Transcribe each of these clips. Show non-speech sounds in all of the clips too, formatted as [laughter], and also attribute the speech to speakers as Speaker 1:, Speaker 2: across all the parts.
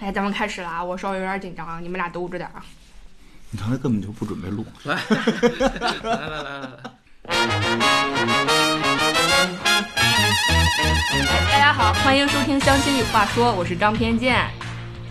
Speaker 1: 哎，咱们开始了啊！我稍微有点紧张啊，你们俩都捂着点啊。
Speaker 2: 你刚才根本就不
Speaker 1: [laughs]
Speaker 2: 准备录。
Speaker 3: 来来来来来，
Speaker 1: 哎，大家好，欢迎收听《相亲与话说》，我是张偏见。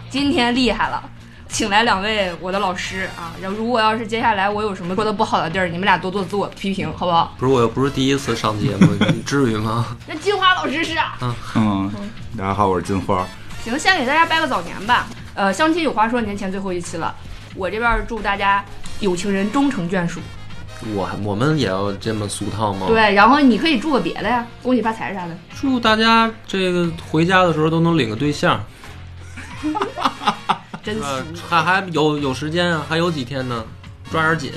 Speaker 1: 今天厉害了，请来两位我的老师啊。然后如果要是接下来我有什么说的不好的地儿，你们俩多做自我批评，好不好？
Speaker 3: 不是我又不是第一次上节目，你至于吗？ [laughs]
Speaker 1: 那金花老师是啊。
Speaker 2: 嗯，大家好，我是金花。
Speaker 1: 行，先给大家拜个早年吧。呃，相亲有话说年前最后一期了，我这边儿祝大家有情人终成眷属。
Speaker 3: 我我们也要这么俗套吗？，
Speaker 1: 对，然后你可以祝个别的呀，恭喜发财啥的。
Speaker 3: 祝大家这个回家的时候都能领个对象，
Speaker 1: 真
Speaker 3: 是吧
Speaker 1: 俗？
Speaker 3: 还还有有时间啊，还有几天呢，抓点紧。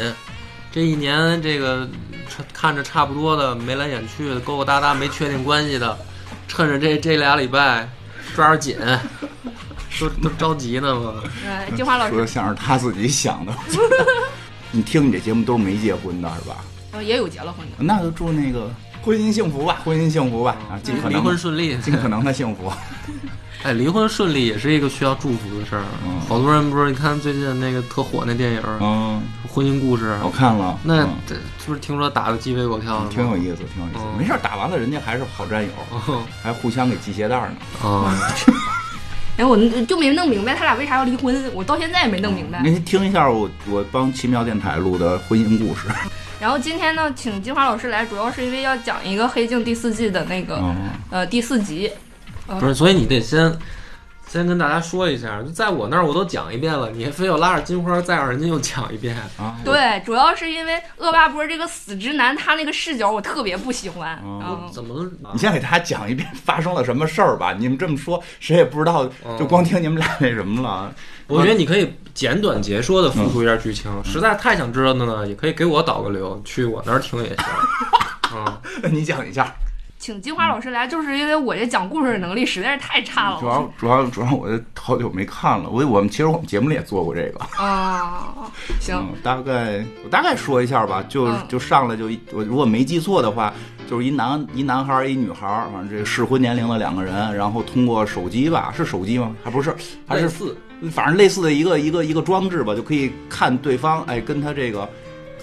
Speaker 3: 这一年这个差看着差不多的，眉来眼去的，勾勾搭搭没确定关系的，趁着这这俩礼拜抓
Speaker 2: [laughs]
Speaker 3: 点紧，都都着急呢嘛。
Speaker 1: 呃，金花老
Speaker 2: 说
Speaker 1: 师
Speaker 2: 的像是他自己想的。 [laughs] 你听你这节目都是没结婚的是吧？
Speaker 1: 呃也有结了婚的。
Speaker 2: 那就祝那个婚姻幸福吧，婚姻幸福吧，啊，尽可
Speaker 3: 离
Speaker 2: 能
Speaker 3: 婚顺利，
Speaker 2: 尽可能的幸
Speaker 3: [laughs]
Speaker 2: 福。
Speaker 3: 哎，离婚顺利也是一个需要祝福的事儿。
Speaker 2: 嗯
Speaker 3: 好多人不是，你看最近那个特火那电影儿
Speaker 2: 嗯，
Speaker 3: 《婚姻故事》
Speaker 2: 我看了，
Speaker 3: 那
Speaker 2: 嗯
Speaker 3: 这是不是听说打的鸡飞狗跳的？
Speaker 2: 挺有意思，挺有意思。
Speaker 3: 嗯
Speaker 2: 没事儿，打完了人家还是好战友，
Speaker 3: 哦
Speaker 2: 还互相给系鞋带呢。
Speaker 3: 哦，
Speaker 1: 哎，我就没弄明白他俩为啥要离婚，我到现在也没弄明白。
Speaker 2: 嗯您听一下我我帮奇妙电台录的婚姻故事。
Speaker 1: 然后今天呢，请金花老师来，主要是因为要讲一个《黑镜》第四季的那个、
Speaker 2: 嗯，
Speaker 1: 呃第四集。
Speaker 3: 不是，所以你得先先跟大家说一下，就在我那儿我都讲一遍了，你还非要拉着金花再让人家又讲一遍。
Speaker 2: 啊，我，
Speaker 1: 对，主要是因为恶霸波这个死直男，他那个视角我特别不喜欢。
Speaker 2: 哦
Speaker 1: 嗯，
Speaker 3: 怎么能
Speaker 2: 你先给大家讲一遍发生了什么事儿吧。你们这么说，谁也不知道，就光嗯听你们俩那什么了。
Speaker 3: 嗯
Speaker 2: [laughs]
Speaker 3: 我觉得你可以简短截说的复述一下剧
Speaker 2: 嗯
Speaker 3: 情，实在太想知道的呢，也可以给我导个流，去我那儿
Speaker 2: [laughs]
Speaker 3: 听也行。嗯，
Speaker 2: 你讲一下，
Speaker 1: 请金花老师来，就是因为我这讲故事的能力实在是太差
Speaker 2: 主
Speaker 1: 了。
Speaker 2: 要主要主要，我这好久没看了。我我们其实我们节目里也做过这个，
Speaker 1: 啊，行，
Speaker 2: 嗯，大概我大概说一下吧，就
Speaker 1: 嗯
Speaker 2: 就上来就一我如果没记错的话，就是一男一男孩儿一女孩儿，反正这适婚年龄的两个人，然后通过手机吧，是手机吗？还不是，还
Speaker 3: 类
Speaker 2: 是
Speaker 3: 似
Speaker 2: 反正类似的一个一个一个装置吧，就可以看对方，哎，跟他这个。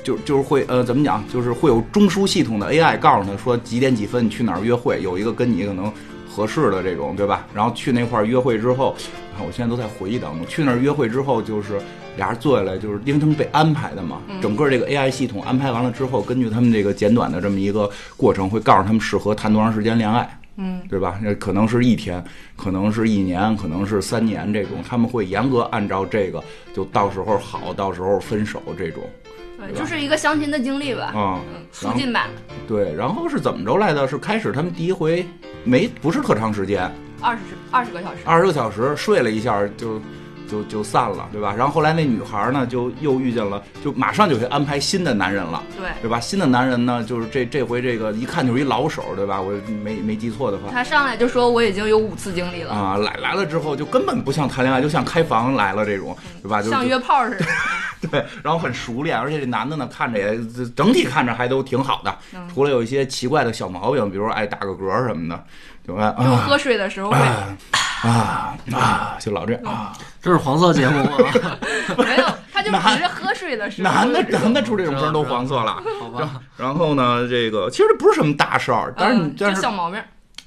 Speaker 2: 就就是会呃怎么讲，就是会有中枢系统的 AI 告诉他说几点几分你去哪儿约会，有一个跟你可能合适的这种，对吧？然后去那块儿约会之后，啊，我现在都在回忆当中。去那儿约会之后，就是俩人坐下来，就是因为他们被安排的嘛，整个这个 AI 系统安排完了之后，根据他们这个简短的这么一个过程，会告诉他们适合谈多长时间恋爱。
Speaker 1: 嗯，
Speaker 2: 对吧？那可能是一天，可能是一年，可能是三年这种，他们会严格按照这个，就到时候好，到时候分手这种
Speaker 1: 对就是一个相亲的经历吧，
Speaker 2: 啊、
Speaker 1: 嗯，
Speaker 2: 然
Speaker 1: 附
Speaker 2: 后
Speaker 1: 近版
Speaker 2: 对，然后是怎么着来的？是开始他们第一回没不是特长时间，
Speaker 1: 二十二十个小时。
Speaker 2: 二十个小时睡了一下就就就散了，对吧？然后后来那女孩呢就又遇见了，就马上就给安排新的男人了。
Speaker 1: 对，
Speaker 2: 对吧？新的男人呢，就是这这回这个一看就是一老手，对吧？我没没记错的话，
Speaker 1: 他上来就说我已经有五次经历了，
Speaker 2: 啊，来来了之后就根本不像谈恋爱，就像开房来了这种，对吧？就
Speaker 1: 像约炮似的。
Speaker 2: [laughs] 就对，然后很熟练，而且这男的呢，看着也整体看着还都挺好的，
Speaker 1: 嗯
Speaker 2: 除了有一些奇怪的小毛病，比如说爱打个嗝什么的，就爱
Speaker 1: 就
Speaker 2: 啊
Speaker 1: 喝水的时候会，
Speaker 2: 啊啊啊，就老这样
Speaker 1: 嗯
Speaker 2: 啊。
Speaker 3: 这是黄色节目
Speaker 2: [laughs]
Speaker 3: 吗？
Speaker 1: 没有，他就只是喝水的时候。
Speaker 2: 男的
Speaker 1: 就是
Speaker 2: 男的出这种声都黄色了，
Speaker 3: 好吧，
Speaker 2: 然后呢，这个其实这不是什么大事儿，但是你
Speaker 1: 嗯
Speaker 2: 但
Speaker 1: 就是小毛病，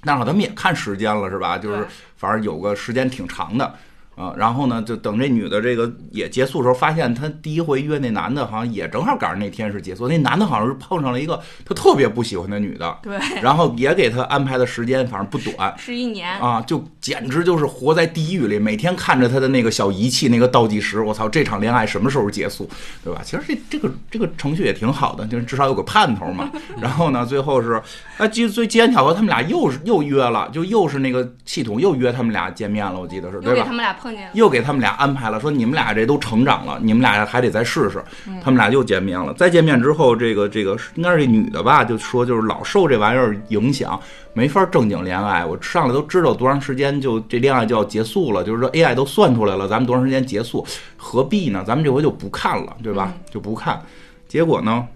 Speaker 2: 但是他们也看时间了，是吧？就是
Speaker 1: 对
Speaker 2: 反正有个时间挺长的，啊、然后呢，就等这女的这个也结束的时候，发现她第一回约那男的，好像也正好赶上那天是结束，那男的好像是碰上了一个他特别不喜欢的女的，
Speaker 1: 对，
Speaker 2: 然后也给他安排的时间，反正不短。
Speaker 1: 是一年。
Speaker 2: 啊，就简直就是活在地狱里，每天看着他的那个小仪器那个倒计时，我操，这场恋爱什么时候结束，对吧？其实这这个这个程序也挺好的，就是至少有个盼头
Speaker 1: [laughs]
Speaker 2: 嘛。然后呢，最后是，哎，机最机缘巧合，他们俩又是又约了，就又是那个系统又约他们俩见面了，我记得是
Speaker 1: 又
Speaker 2: 对
Speaker 1: 给
Speaker 2: 吧
Speaker 1: 他？们俩碰见了，
Speaker 2: 又给他们俩安排了，说你们俩这都成长了，你们俩还得再试试。他们俩又见面了，再见面之后，这个这个应该是这女的吧，就说就是老受这玩意儿影响，没法正经恋爱。我上来都知道多长时间就这恋爱就要结束了，就是说 AI 都算出来了，咱们多长时间结束，何必呢？咱们这回就不看了，对吧？就不看。结果呢，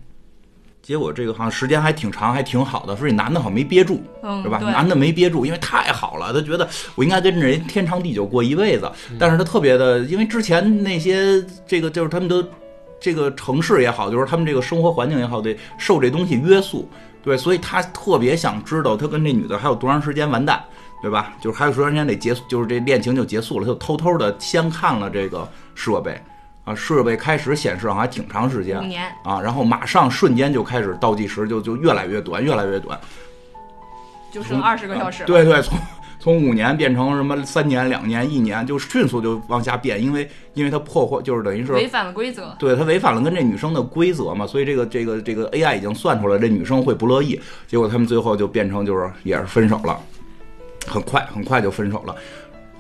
Speaker 2: 结果这个好像时间还挺长，还挺好的，说这男的好像没憋住，
Speaker 1: 嗯
Speaker 2: 是吧？
Speaker 1: 对
Speaker 2: 男的没憋住，因为太好了，他觉得我应该跟着人天长地久过一辈子。但是他特别的，因为之前那些这个就是他们都这个城市也好，就是他们这个生活环境也好，得受这东西约束，对，所以他特别想知道他跟这女的还有多长时间完蛋，对吧？就是还有多长时间得结束，就是这恋情就结束了，他就偷偷的先看了这个设备。啊，设备开始显示好像还挺长时间，
Speaker 1: 五年，
Speaker 2: 啊，然后马上瞬间就开始倒计时，就就越来越短，越来越短。
Speaker 1: 就剩二十个小时了。
Speaker 2: 对对，从从五年变成什么三年、两年、一年，就迅速就往下变，因为因为它破坏，就是等于
Speaker 1: 违
Speaker 2: 是。
Speaker 1: 反了规则，
Speaker 2: 对他违反了跟这女生的规则嘛，所以这个这个这个 AI 已经算出来这女生会不乐意，结果他们最后就变成就是也是分手了，很快很快就分手了。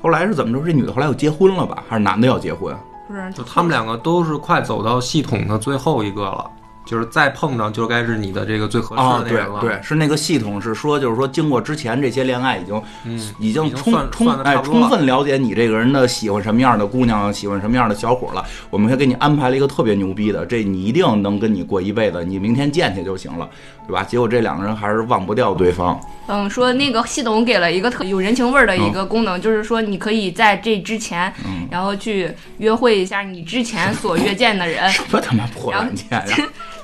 Speaker 2: 后来是怎么着？这女的后来又结婚了吧？还是男的要结婚？
Speaker 1: 不是
Speaker 3: [laughs] 就他们两个都是快走到系统的最后一个了，就是再碰上就该是你的这个最合适
Speaker 2: 啊，
Speaker 3: 的那
Speaker 2: 对
Speaker 3: 人了。
Speaker 2: 对，是那个系统是说，就是说经过之前这些恋爱已经
Speaker 3: 嗯，
Speaker 2: 已经
Speaker 3: 已经
Speaker 2: 充
Speaker 3: 算
Speaker 2: 充
Speaker 3: 算得
Speaker 2: 哎
Speaker 3: 差不多
Speaker 2: 充
Speaker 3: 了
Speaker 2: 分了解你这个人的喜欢什么样的姑娘，喜欢什么样的小伙了。我们先给你安排了一个特别牛逼的，这你一定能跟你过一辈子，你明天见去就行了，对吧？结果这两个人还是忘不掉对方。 [laughs]
Speaker 1: 嗯，说那个系统给了一个特有人情味儿的一个功能，就是说你可以在这之前，
Speaker 2: 嗯
Speaker 1: 然后去约会一下你之前所约见的
Speaker 2: [laughs]
Speaker 1: 人，
Speaker 2: 什么他妈破软件呀！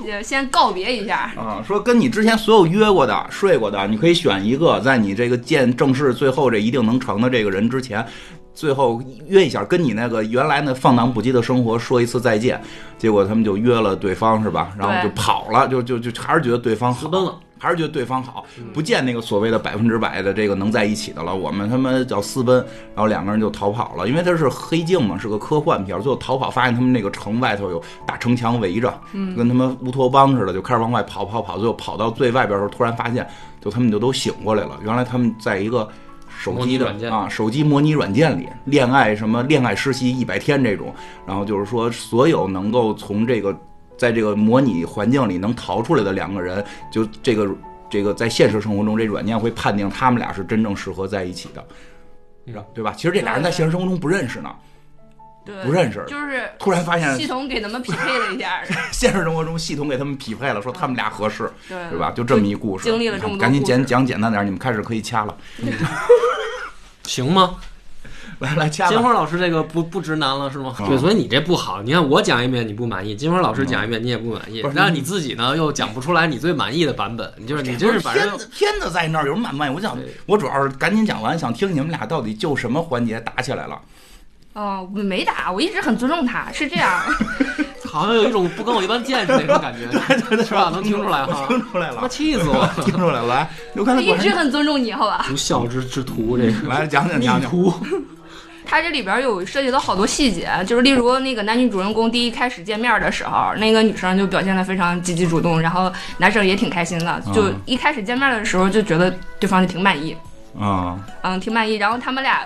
Speaker 1: 呃先告别一下。
Speaker 2: 啊，说跟你之前所有约过的、睡过的，你可以选一个，在你这个见正式最后这一定能成的这个人之前，最后约一下，跟你那个原来那放荡不羁的生活说一次再见。结果他们就约了对方，是吧？然后就
Speaker 1: 对
Speaker 2: 跑了，就就就还是觉得对方好，
Speaker 3: 私奔了，嗯
Speaker 2: 还是觉得对方好，不见那个所谓的百分之百的这个能在一起的了。我们他妈叫私奔，然后两个人就逃跑了，因为它是黑镜嘛，是个科幻片儿。最后逃跑，发现他们那个城外头有大城墙围着，就跟他们乌托邦似的，就开始往外跑跑跑。最后跑到最外边的时候，突然发现，就他们就都醒过来了，原来他们在一个。手
Speaker 3: 模拟
Speaker 2: 机的
Speaker 3: 软件
Speaker 2: 啊，手机模拟软件里，恋爱什么恋爱实习一百天这种，然后就是说，所有能够从这个在这个模拟环境里能逃出来的两个人，就这个这个在现实生活中，这软件会判定他们俩是真正适合在一起的，
Speaker 3: 嗯
Speaker 2: 对吧？其实这俩人在现实生活中不认识呢，
Speaker 1: 对，
Speaker 2: 不认识
Speaker 1: 就是
Speaker 2: 突然发
Speaker 1: 系
Speaker 2: 现
Speaker 1: 统给他们匹配了一
Speaker 2: [laughs]
Speaker 1: 下，
Speaker 2: 现实生活中系统给他们匹配了，说他们俩合适，
Speaker 1: 对
Speaker 2: 对吧？就这么一故事，
Speaker 1: 经历了这么多
Speaker 2: 赶紧
Speaker 1: 故
Speaker 2: 简
Speaker 1: 事
Speaker 2: 讲简单点，你们开始可以掐了，
Speaker 3: 行吗？
Speaker 2: 来来掐
Speaker 3: 金
Speaker 2: 吧。
Speaker 3: 花老师这个不不直男了是吗？
Speaker 2: 嗯
Speaker 3: 对，所以你这不好。你看我讲一遍你不满意，金花老师讲一遍你也不满意
Speaker 2: 不是，
Speaker 3: 那你自己呢又讲不出来你最满意的版本，你就是你这是反
Speaker 2: 片
Speaker 3: 正
Speaker 2: 子片子在那儿，有人满不满意？我想
Speaker 3: 对，
Speaker 2: 我主要是赶紧讲完，想听你们俩到底就什么环节打起来了。 [laughs]
Speaker 1: 哦，我没打，我一直很尊重他，是这样。
Speaker 2: [laughs]
Speaker 3: 好像有一种不跟我一般见识那种感觉，是吧？能听出
Speaker 2: 我
Speaker 3: 来哈？
Speaker 2: 听出来
Speaker 3: 他妈
Speaker 2: 了，
Speaker 3: 气死我！
Speaker 2: [laughs] 听出来了。来，刘刚
Speaker 1: 我
Speaker 2: 才
Speaker 1: 一
Speaker 2: 果
Speaker 1: 直
Speaker 2: 然
Speaker 1: 很尊重你，好吧？
Speaker 3: [laughs] 不孝之之徒，这 [laughs] 个
Speaker 2: 来讲讲讲
Speaker 3: 逆
Speaker 2: 讲。
Speaker 3: 徒。
Speaker 1: 它这里边有涉及到好多细节，就是例如那个男女主人公第一开始见面的时候，那个女生就表现得非常积极主动，然后男生也挺开心的，
Speaker 2: 嗯
Speaker 1: 就一开始见面的时候就觉得对方就挺满意，
Speaker 2: 啊、
Speaker 1: 嗯，挺满意。然后他们俩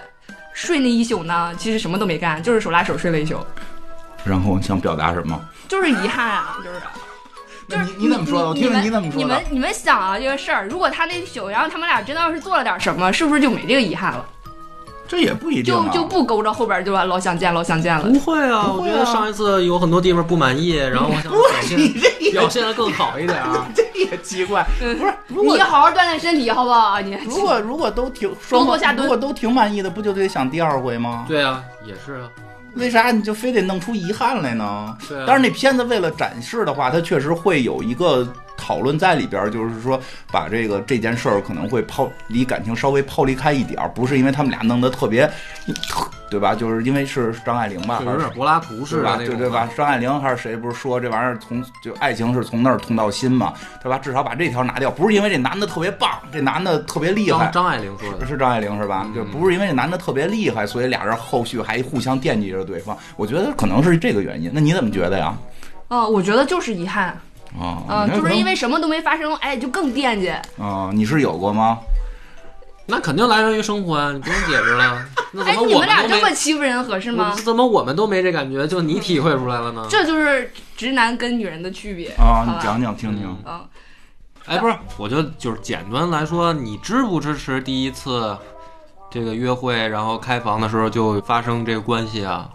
Speaker 1: 睡那一宿呢，其实什么都没干，就是手拉手睡了一宿，
Speaker 2: 然后想表达什么？
Speaker 1: 就是遗憾啊，就是。就
Speaker 2: 那
Speaker 1: 是
Speaker 2: [laughs] 你你怎么说的？我听着
Speaker 1: 们
Speaker 2: 你怎么
Speaker 1: 你
Speaker 2: 说
Speaker 1: 们
Speaker 2: 的？
Speaker 1: 你们想啊，这个事儿，如果他那一宿，然后他们俩真的要是做了点什么，是不是就没这个遗憾了？
Speaker 2: 这也不一定
Speaker 1: 就
Speaker 2: 啊。
Speaker 1: 就不勾着后边就老想见老想见了。
Speaker 3: 不会啊，我觉得上一次有很多地方不满意，然后我想表现
Speaker 2: 这也
Speaker 3: 表现的更好一点啊。
Speaker 2: 这也奇怪。
Speaker 1: 嗯
Speaker 2: 不是，如
Speaker 1: 你
Speaker 2: 果
Speaker 1: 好好锻炼身体，好不好？你
Speaker 2: 如果如果都挺双
Speaker 1: 多
Speaker 2: 方
Speaker 1: 下蹲
Speaker 2: 如果都挺满意的，不就得想第二回吗？
Speaker 3: 对啊，也是啊，
Speaker 2: 为啥你就非得弄出遗憾来呢？
Speaker 3: 对啊。
Speaker 2: 但是那片子为了展示的话，它确实会有一个讨论在里边儿，就是说把这个这件事儿可能会抛离感情稍微抛离开一点儿，不是因为他们俩弄得特别， [coughs] 对吧？就是因为是张爱玲吧，
Speaker 3: 就
Speaker 2: 还
Speaker 3: 有
Speaker 2: 是
Speaker 3: 点啊柏拉图式
Speaker 2: 是
Speaker 3: 的
Speaker 2: 吧？嗯
Speaker 3: 那
Speaker 2: 对
Speaker 3: 种，啊
Speaker 2: 对吧？？张爱玲还是谁不是说这玩意儿从就爱情是从那儿痛到心嘛，对吧？至少把这条拿掉，不是因为这男的特别棒，这男的特别厉害
Speaker 3: 张，张爱玲说的
Speaker 2: 是，是张爱玲是吧？就不是因为这男的特别厉害，所以俩人后续还互相惦记着对方。我觉得可能是这个原因。那你怎么觉得呀？
Speaker 1: 嗯，我觉得就是遗憾，
Speaker 2: 啊、
Speaker 1: 嗯，
Speaker 2: 那可
Speaker 1: 就
Speaker 2: 能
Speaker 1: 是因为什么都没发生，哎，就更惦记。
Speaker 2: 啊、你是有过吗？
Speaker 3: 那肯定来源于生活啊，你不用解释
Speaker 1: [laughs]
Speaker 3: 了。那
Speaker 1: 哎
Speaker 3: 怎，么
Speaker 1: 你
Speaker 3: 我
Speaker 1: 们俩
Speaker 3: 们都
Speaker 1: 这么
Speaker 3: 没？
Speaker 1: 欺负人合适吗
Speaker 3: 我？怎么我们都没这感觉，就你体会出来了呢？
Speaker 1: 这就是直男跟女人的区别
Speaker 2: 啊、
Speaker 1: 好吧
Speaker 2: 你讲讲听听。
Speaker 3: 嗯
Speaker 1: 嗯，
Speaker 3: 哎，不是，我就就是简单来说，你支不支持第一次这个约会，然后开房的时候就发生这个关系啊？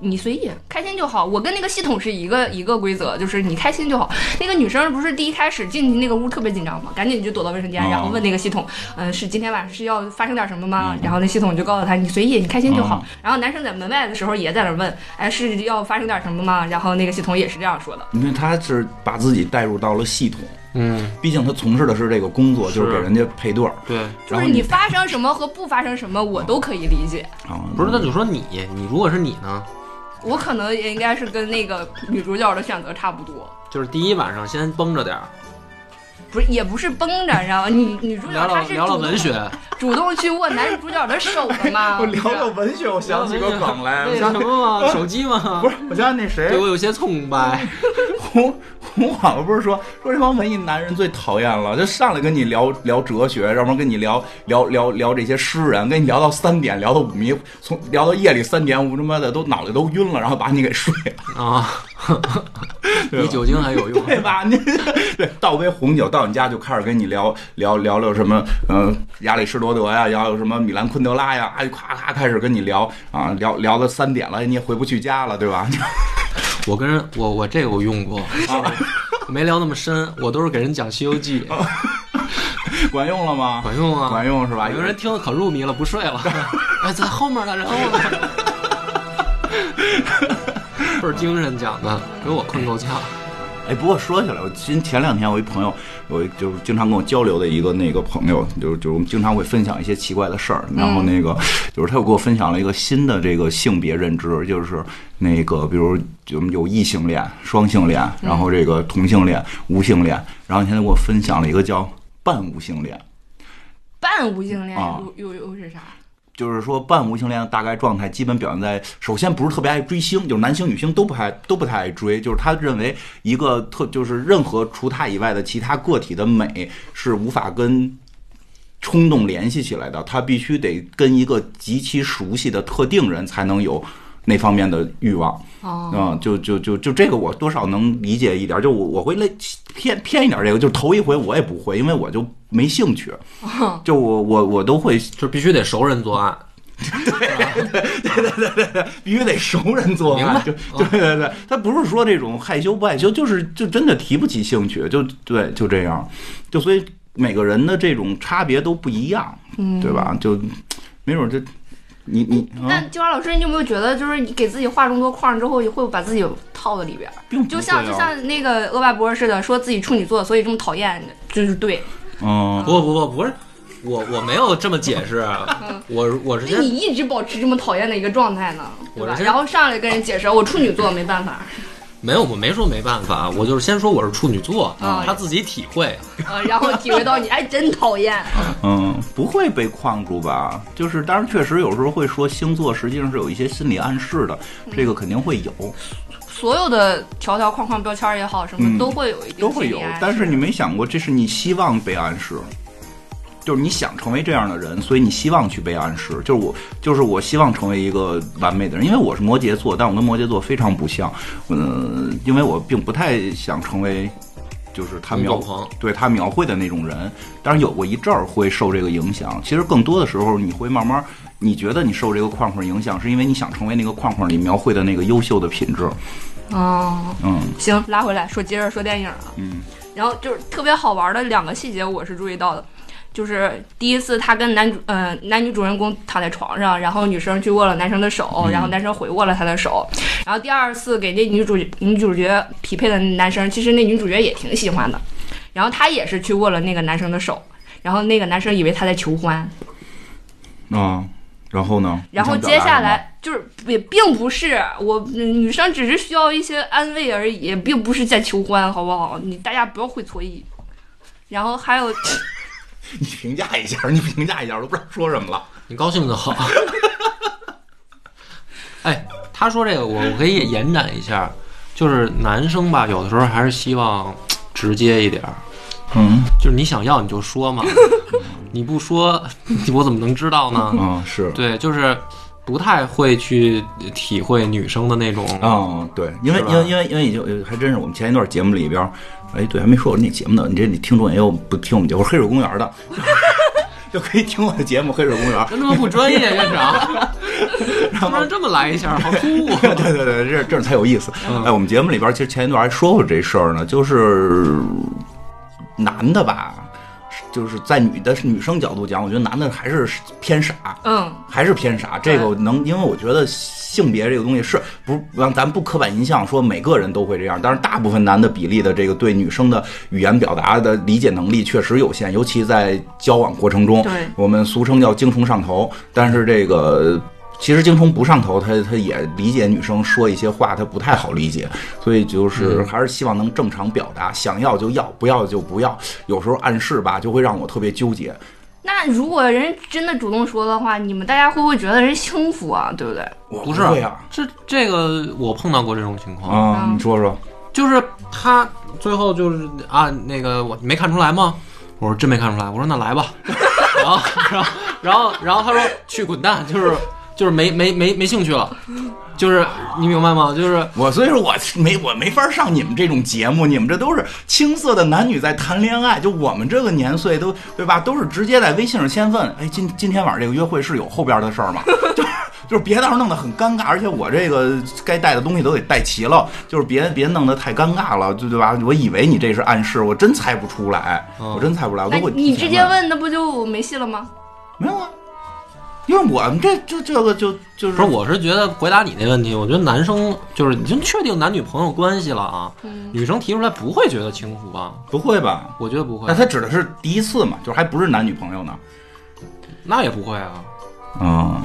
Speaker 1: 你随意，开心就好。我跟那个系统是一个一个规则，就是你开心就好。那个女生不是第一开始进去那个屋特别紧张吗？赶紧就躲到卫生间，
Speaker 2: 哦
Speaker 1: 然后问那个系统，嗯、是今天晚上是要发生点什么吗？
Speaker 2: 嗯
Speaker 1: 然后那系统就告诉他，你随意，你开心就好。
Speaker 2: 哦
Speaker 1: 然后男生在门外的时候也在那问，哎，是要发生点什么吗？然后那个系统也是这样说的。
Speaker 2: 嗯因为他是把自己带入到了系统，
Speaker 3: 嗯，
Speaker 2: 毕竟他从事的是这个工作，就是
Speaker 3: 是
Speaker 2: 给人家配对儿。
Speaker 3: 对，
Speaker 1: 就
Speaker 2: 然
Speaker 1: 是
Speaker 2: 后
Speaker 1: 你发生什么和不发生什么，我都可以理解。
Speaker 2: 啊，
Speaker 3: 不是，那就说你，你如果是你呢，
Speaker 1: 我可能也应该是跟那个女主角的选择差不多，
Speaker 3: 就是第一晚上先绷着点儿，
Speaker 1: 不是也不是绷着，然后女女主角
Speaker 3: 聊
Speaker 1: 她
Speaker 3: 聊
Speaker 1: 是
Speaker 3: 聊聊
Speaker 1: 主
Speaker 3: 文
Speaker 1: 动
Speaker 3: 学，
Speaker 1: 主动去握男主角的
Speaker 3: [laughs]
Speaker 1: 手的嘛。
Speaker 2: 我聊聊文学，我想起个梗来，我
Speaker 3: 那
Speaker 2: 想
Speaker 3: 哎什么嘛，手机嘛，
Speaker 2: 不是，我想起那谁
Speaker 3: 对我有些崇拜，
Speaker 2: 红红网不是说说这帮文艺男人最讨厌了，就上来跟你聊聊哲学，要不然跟你聊聊聊聊这些诗人，跟你聊到三点，聊到五迷，从聊到夜里三点，我他妈的都脑袋都晕了，然后把你给睡了，
Speaker 3: [laughs] 啊，
Speaker 2: 对
Speaker 3: 比
Speaker 2: 吧 [laughs]
Speaker 3: 酒精还有用。
Speaker 2: 对吧？你对倒杯红酒到你家就开始跟你聊聊聊聊什么，嗯、亚里士多德呀，聊什么米兰昆德拉呀，哎，咔咔开始跟你聊啊，聊聊到三点了，你也回不去家了，对吧？ [laughs]
Speaker 3: 我跟人，我我这个我用过，没聊那么深，我都是给人讲《西游记》，
Speaker 2: 管用了吗？
Speaker 3: 管用啊，
Speaker 2: 管用是吧？
Speaker 3: 有人听得可入迷了，不睡了，哎，在后面呢，然后呢，倍儿精神讲的，给我困够呛。
Speaker 2: 哎，不过说起来，我今前两天我一朋友，有一就是经常跟我交流的一个那个朋友，就是就是我们经常会分享一些奇怪的事儿，然后那个、就是他又给我分享了一个新的这个性别认知，就是那个比如就有异性恋、双性恋，然后这个同性恋、无性恋，然后现在给我分享了一个叫半无性恋。
Speaker 1: 半无性恋
Speaker 2: 啊
Speaker 1: 又又又是啥？
Speaker 2: 就是说，半无性恋大概状态基本表现在，首先不是特别爱追星，就是男星女星都不太都不太爱追，就是他认为一个特就是任何除他以外的其他个体的美是无法跟冲动联系起来的，他必须得跟一个极其熟悉的特定人才能有那方面的欲望。
Speaker 1: 哦，
Speaker 2: 嗯，就就就就这个，我多少能理解一点儿。就我我会类偏偏一点儿这个，就是头一回我也不会，因为我就没兴趣。就我我我都会
Speaker 3: 就必须得熟人作案，
Speaker 2: [laughs] 必须得熟人做
Speaker 3: 明白啊
Speaker 2: 案，就 [laughs] 对对对，他不是说这种害羞不害羞，就是就真的提不起兴趣，就对，就这样，就所以每个人的这种差别都不一样，
Speaker 1: 嗯
Speaker 2: 对？吧？就没准这你你
Speaker 1: 那
Speaker 3: 嗯
Speaker 2: 啊，
Speaker 1: 金花老师，你有没有觉得，就是你给自己画这么多框之后，也会把自己套在里边儿？
Speaker 2: 并不
Speaker 1: 就像
Speaker 2: 会
Speaker 1: 就
Speaker 2: 啊
Speaker 1: 像那个恶霸波似的，说自己处女座，所以这么讨厌，就是对。
Speaker 2: 嗯，
Speaker 3: 不不不，不是，我我没有这么解释，我我是
Speaker 1: 那你
Speaker 3: 先
Speaker 1: 一直保持这么讨厌的一个状态呢，对
Speaker 3: 我
Speaker 1: 吧？
Speaker 3: 是
Speaker 1: 然后上来跟人解释，我处女座没办法，
Speaker 3: 没有，我没说没办法，我就是先说我是处女座，
Speaker 1: 啊
Speaker 3: 他自己体会，
Speaker 1: 呃，然后体会到你，哎，真讨厌。
Speaker 2: 嗯，不会被框住吧？就是，当然确实有时候会说星座实际上是有一些心理暗示的，这个肯定会有，
Speaker 1: 所有的条条框框、标签儿也好，什么
Speaker 2: 嗯
Speaker 1: 都会有一定
Speaker 2: 都会有
Speaker 1: 心理暗示。
Speaker 2: 但是你没想过，这是你希望被暗示，就是你想成为这样的人，所以你希望去被暗示。就是我，就是我希望成为一个完美的人，因为我是摩羯座，但我跟摩羯座非常不像。嗯、因为我并不太想成为，就是他
Speaker 3: 工作
Speaker 2: 描
Speaker 3: 狂，
Speaker 2: 对他描绘的那种人。当然有过一阵儿会受这个影响，其实更多的时候你会慢慢。你觉得你受这个框框影响，是因为你想成为那个框框里描绘的那个优秀的品质，
Speaker 1: 哦，
Speaker 2: 嗯
Speaker 1: 行，拉回来说，接着说电影啊。
Speaker 2: 嗯
Speaker 1: 然后就是特别好玩的两个细节，我是注意到的，就是第一次他跟男主呃男女主人公躺在床上，然后女生去握了男生的手，
Speaker 2: 嗯
Speaker 1: 然后男生回握了她的手，然后第二次给那女主女主角匹配的男生，其实那女主角也挺喜欢的，然后她也是去握了那个男生的手。然后那个男生以为她在求欢，
Speaker 2: 啊，然后呢？
Speaker 1: 然后
Speaker 2: 你想
Speaker 1: 接
Speaker 2: 表达
Speaker 1: 下
Speaker 2: 什么
Speaker 1: 来就是也并不是我嗯女生只是需要一些安慰而已，并不是在求欢，好不好？你大家不要会错意。然后还有
Speaker 2: 你评价一下，你评价一下，我都不知道说什么了。
Speaker 3: 你高兴就好。 [laughs] 哎，他说这个我我可以延展一下，就是男生吧，有的时候还是希望直接一点儿，
Speaker 2: 嗯
Speaker 3: 就是你想要你就说嘛，你不说我怎么能知道呢？
Speaker 2: 啊，是
Speaker 3: 对，就是不太会去体会女生的那种
Speaker 2: 啊，对，因为
Speaker 3: 是吧
Speaker 2: 因为因为因为已经还真是我们前一段节目里边儿，哎，对，还没说我那节目呢，你这你听众也有不听我们节目，黑水公园的。 [laughs] 就可以听我的节目《黑水公园》。
Speaker 3: 真他妈不专业，院长， [laughs] 他妈这么来一下，好突兀。
Speaker 2: [laughs]
Speaker 3: 啊
Speaker 2: 对对对，这这样才有意思。
Speaker 3: 嗯
Speaker 2: 哎，我们节目里边其实前一段还说过这事儿呢，就是男的吧，就是在女的女生角度讲，我觉得男的还是偏傻。
Speaker 1: 嗯，
Speaker 2: 还是偏傻，这个能，因为我觉得性别这个东西是不是让咱不刻板印象说每个人都会这样，但是大部分男的比例的这个对女生的语言表达的理解能力确实有限，尤其在交往过程中，
Speaker 1: 对
Speaker 2: 我们俗称叫精虫上头，但是这个。其实精虫不上头，他他也理解女生说一些话，他不太好理解，所以就是还是希望能正常表达，想要就要，不要就不要。有时候暗示吧，就会让我特别纠结。
Speaker 1: 那如果人真的主动说的话，你们大家会不会觉得人轻浮啊？对不对？
Speaker 2: 我
Speaker 3: 不是
Speaker 2: 会啊，
Speaker 3: 这这个我碰到过这种情况，
Speaker 2: 啊、你说说，
Speaker 3: 就是他最后就是啊，那个我你没看出来吗？我说真没看出来。我说那来吧， [laughs] 然后然后然后然后他说去滚蛋，就是就是没没没没兴趣了，就是你明白吗？就是
Speaker 2: 我所以说我没我没法上你们这种节目，你们这都是青涩的男女在谈恋爱，就我们这个年岁都对吧，都是直接在微信上先问，哎，今今天晚上这个约会是有后边的事儿吗？ [laughs] 就是就是别到时候弄得很尴尬，而且我这个该带的东西都得带齐了，就是别别弄得太尴尬了，就对吧？我以为你这是暗示，我真猜不出来，
Speaker 3: 嗯
Speaker 2: 我真猜不出来，我
Speaker 1: 那
Speaker 2: 都会
Speaker 1: 哎你直接
Speaker 2: 问
Speaker 1: 问，那不就没戏了吗？
Speaker 2: 没有啊？因为我们这这这个就就是
Speaker 3: 不是，我是觉得回答你那问题，我觉得男生就是已经确定男女朋友关系了啊，
Speaker 1: 嗯，
Speaker 3: 女生提出来不会觉得轻浮吧？
Speaker 2: 不会吧？
Speaker 3: 我觉得不会
Speaker 2: 那，他指的是第一次嘛，就是还不是男女朋友呢？
Speaker 3: 那也不会啊。
Speaker 2: 嗯。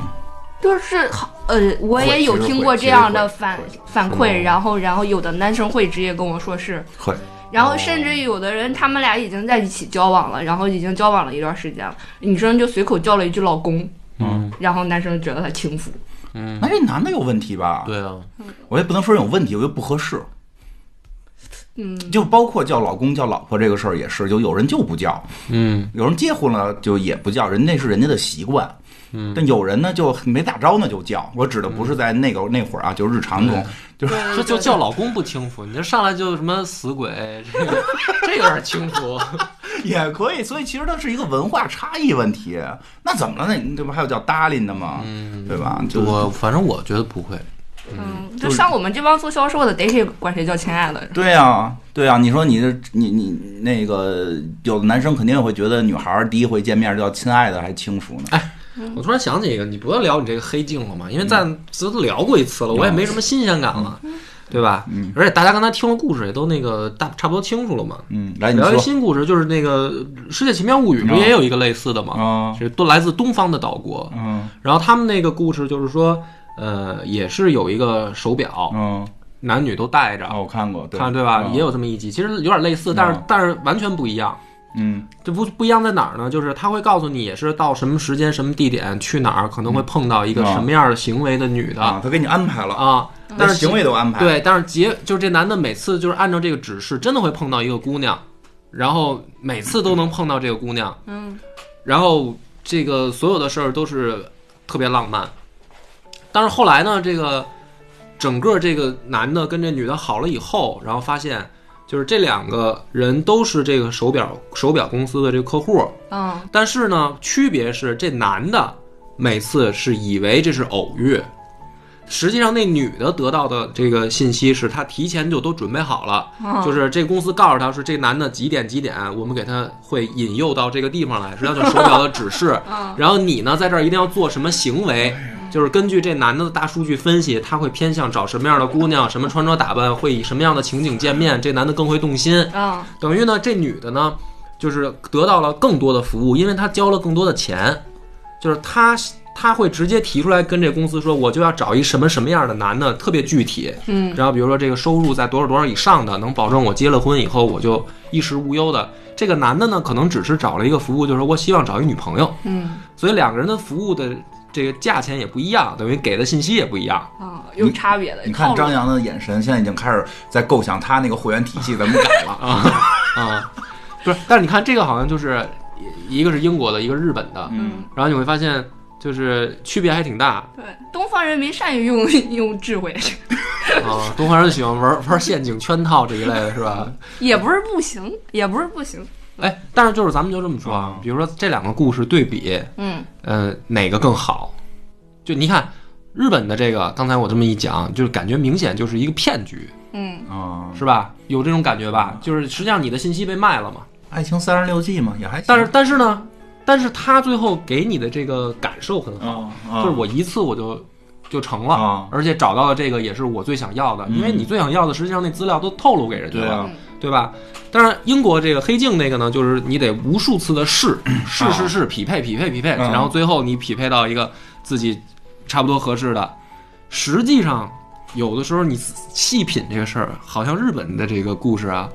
Speaker 1: 就是好，呃，我
Speaker 2: 会
Speaker 1: 也有
Speaker 2: 其实
Speaker 1: 听
Speaker 2: 会
Speaker 1: 过
Speaker 2: 其
Speaker 1: 这
Speaker 2: 实
Speaker 1: 样
Speaker 2: 会
Speaker 1: 的反
Speaker 2: 会嗯
Speaker 1: 反
Speaker 3: 是
Speaker 1: 馈，
Speaker 3: 吗
Speaker 1: 然后然后有的男生会直接跟我说是，
Speaker 2: 会，
Speaker 1: 然后甚至有的人他们俩已经在一起交往了，然后已经交往了一段时间了，女生就随口叫了一句老公，
Speaker 3: 嗯
Speaker 1: 然后男生觉得他轻浮，
Speaker 3: 嗯，
Speaker 2: 那这男的有问题吧？，
Speaker 3: 对啊，
Speaker 2: 我也不能说有问题，我觉得不合适。
Speaker 1: 嗯，
Speaker 2: 就包括叫老公、叫老婆这个事儿也是，就有人就不叫，
Speaker 3: 嗯
Speaker 2: 有人结婚了就也不叫，人那是人家的习惯。
Speaker 3: 嗯，
Speaker 2: 但有人呢就没咋着呢就叫，我指的不是在那个那会儿啊，就日常中，就是
Speaker 1: 对
Speaker 3: 这
Speaker 1: 对
Speaker 3: 就
Speaker 1: 对
Speaker 3: 叫老公不轻浮，你这上来就什么死鬼，这个这有点轻浮。
Speaker 2: [laughs] 也可以。所以其实它是一个文化差异问题。那怎么了呢？那这不还有叫搭理的吗？
Speaker 3: [laughs] 嗯，
Speaker 2: 对吧？就
Speaker 3: 我反正我觉得不会。
Speaker 1: 嗯，
Speaker 2: 就
Speaker 1: 就是像我们这帮做销售的，逮谁管谁叫亲爱的。
Speaker 2: 对啊，对啊，你说你这你你那个，有的男生肯定也会觉得女孩儿第一回见面叫亲爱的还轻浮
Speaker 3: 哎
Speaker 2: 呢。
Speaker 3: 我突然想起一个，你不要聊你这个黑镜了嘛，因为咱咱都聊过一次了，我也没什么新鲜感了，对吧？
Speaker 2: 嗯
Speaker 3: 而且大家刚才听了故事也都那个大差不多清楚了嘛。
Speaker 2: 嗯，来你
Speaker 3: 聊一个
Speaker 2: 说
Speaker 3: 新故事，就是那个《世界奇妙物语》不
Speaker 2: 嗯
Speaker 3: 也有一个类似的嘛？
Speaker 2: 啊，
Speaker 3: 是都来自东方的岛国，
Speaker 2: 嗯
Speaker 3: 然后他们那个故事就是说，呃，也是有一个手表，
Speaker 2: 嗯，
Speaker 3: 男女都戴着，
Speaker 2: 啊，我看过，对
Speaker 3: 看对吧？
Speaker 2: 嗯
Speaker 3: 也有这么一集，其实有点类似，但是
Speaker 2: 嗯
Speaker 3: 但是完全不一样。
Speaker 2: 嗯
Speaker 3: 这不不一样在哪儿呢？就是他会告诉你，也是到什么时间、什么地点去哪儿，可能会碰到一个
Speaker 2: 嗯
Speaker 3: 什么样的行为的女的
Speaker 2: 啊，他给你安排了，
Speaker 3: 啊。但是
Speaker 2: 行为都安排，，
Speaker 3: 对，但是结就是这男的每次就是按照这个指示，真的会碰到一个姑娘，然后每次都能碰到这个姑娘，
Speaker 1: 嗯，
Speaker 3: 然后这个所有的事儿都是特别浪漫。但是后来呢，这个整个这个男的跟这女的好了以后，然后发现就是这两个人都是这个手表手表公司的这个客户，
Speaker 1: 嗯，
Speaker 3: 但是呢，区别是这男的每次是以为这是偶遇，实际上那女的得到的这个信息是她提前就都准备好了，
Speaker 1: 嗯
Speaker 3: 就是这公司告诉她说这男的几点几点，我们给他会引诱到这个地方来，实际上就是手表的指示。
Speaker 1: 嗯
Speaker 3: 然后你呢，在这儿一定要做什么行为，就是根据这男的大数据分析，他会偏向找什么样的姑娘，什么穿着打扮，会以什么样的情景见面，这男的更会动心。
Speaker 1: 嗯
Speaker 3: 等于呢，这女的呢，就是得到了更多的服务，因为她交了更多的钱，就是她她会直接提出来跟这公司说，我就要找一什么什么样的男的，特别具体。
Speaker 1: 嗯
Speaker 3: 然后比如说这个收入在多少多少以上的，能保证我结了婚以后我就衣食无忧的。这个男的呢，可能只是找了一个服务，就是我希望找一女朋友，
Speaker 1: 嗯
Speaker 3: 所以两个人的服务的这个价钱也不一样，等于给的信息也不一样。
Speaker 1: 嗯，有差别的。
Speaker 2: 你看
Speaker 1: 套路
Speaker 2: 张，扬的眼神，现在已经开始在构想他那个会员体系怎么改
Speaker 3: [laughs]
Speaker 2: 了。
Speaker 3: 啊啊，不是，但是你看这个好像就是一一个是英国的，一个日本的，
Speaker 1: 嗯，
Speaker 3: 然后你会发现就是区别还挺大啊、
Speaker 1: 对，东方人民善于用 [laughs] 用智慧，
Speaker 3: 啊东方人喜欢玩玩陷阱、圈套这一类的是吧？
Speaker 1: 也不是不行，也不是不行。
Speaker 3: 哎，但是就是咱们就这么说啊
Speaker 2: 嗯，
Speaker 3: 比如说这两个故事对比，
Speaker 1: 嗯
Speaker 3: 呃，哪个更好？就你看日本的这个，刚才我这么一讲，就是感觉明显就是一个骗局，
Speaker 1: 嗯，
Speaker 2: 啊，
Speaker 3: 是吧？有这种感觉吧？就是实际上你的信息被卖了嘛。
Speaker 2: 爱情三十六计嘛，也还行。
Speaker 3: 但是但是呢，但是他最后给你的这个感受很好，
Speaker 2: 啊，
Speaker 3: 就是我一次我就就成了，
Speaker 2: 啊
Speaker 3: 而且找到了这个也是我最想要的，
Speaker 2: 嗯
Speaker 3: 因为你最想要的实际上那资料都透露给人家
Speaker 2: 对
Speaker 3: 了，
Speaker 2: 啊，
Speaker 3: 对吧？但是英国这个黑镜那个呢，就是你得无数次
Speaker 2: [laughs]
Speaker 3: 的试试试试匹配匹配匹配，
Speaker 2: 嗯
Speaker 3: 然后最后你匹配到一个自己差不多合适的。实际上，有的时候你细品这个事儿，好像日本的这个故事啊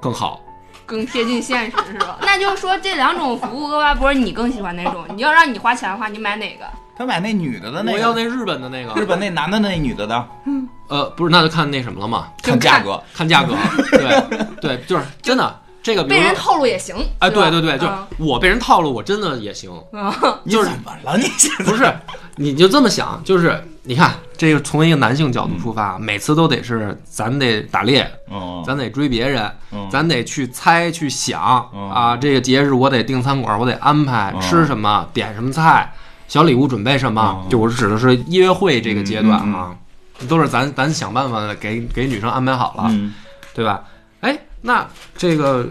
Speaker 3: 更好。
Speaker 1: 更贴近现实是吧？那就是说这两种服务，厄巴波你更喜欢哪种？你要让你花钱的话，你买哪个？
Speaker 2: 他买那女的的那
Speaker 3: 我要
Speaker 2: 个，
Speaker 3: 那日本的那个
Speaker 2: 日本那男的那女的的，
Speaker 3: 呃，不是，那就看那什么了嘛，
Speaker 1: 就
Speaker 2: 看价
Speaker 1: 看
Speaker 2: 格。
Speaker 3: 看
Speaker 2: [laughs]
Speaker 3: 价格。对对，就是真的这个，比
Speaker 1: 被
Speaker 3: 如
Speaker 1: 人
Speaker 3: 说，
Speaker 1: 透露也行。
Speaker 3: 哎，对
Speaker 1: 吧
Speaker 3: 对对，就是
Speaker 1: 嗯
Speaker 3: 我被人套路，我真的也行。
Speaker 1: 嗯
Speaker 2: 你
Speaker 3: 就是
Speaker 2: 怎么了？你现在
Speaker 3: 不是，你就这么想，就是你看这个从一个男性角度出发，每次都得是咱们得打猎，
Speaker 2: 嗯
Speaker 3: 咱得追别人，
Speaker 2: 嗯
Speaker 3: 咱得去猜去想
Speaker 2: 嗯
Speaker 3: 啊，这个节日我得订餐馆，我得安排
Speaker 2: 嗯
Speaker 3: 吃什么，点什么菜，小礼物准备什么，
Speaker 2: 嗯
Speaker 3: 就我指的是约会这个阶段
Speaker 2: 嗯嗯
Speaker 3: 啊，都是咱咱想办法给给女生安排好了，
Speaker 2: 嗯
Speaker 3: 对吧？哎，那这个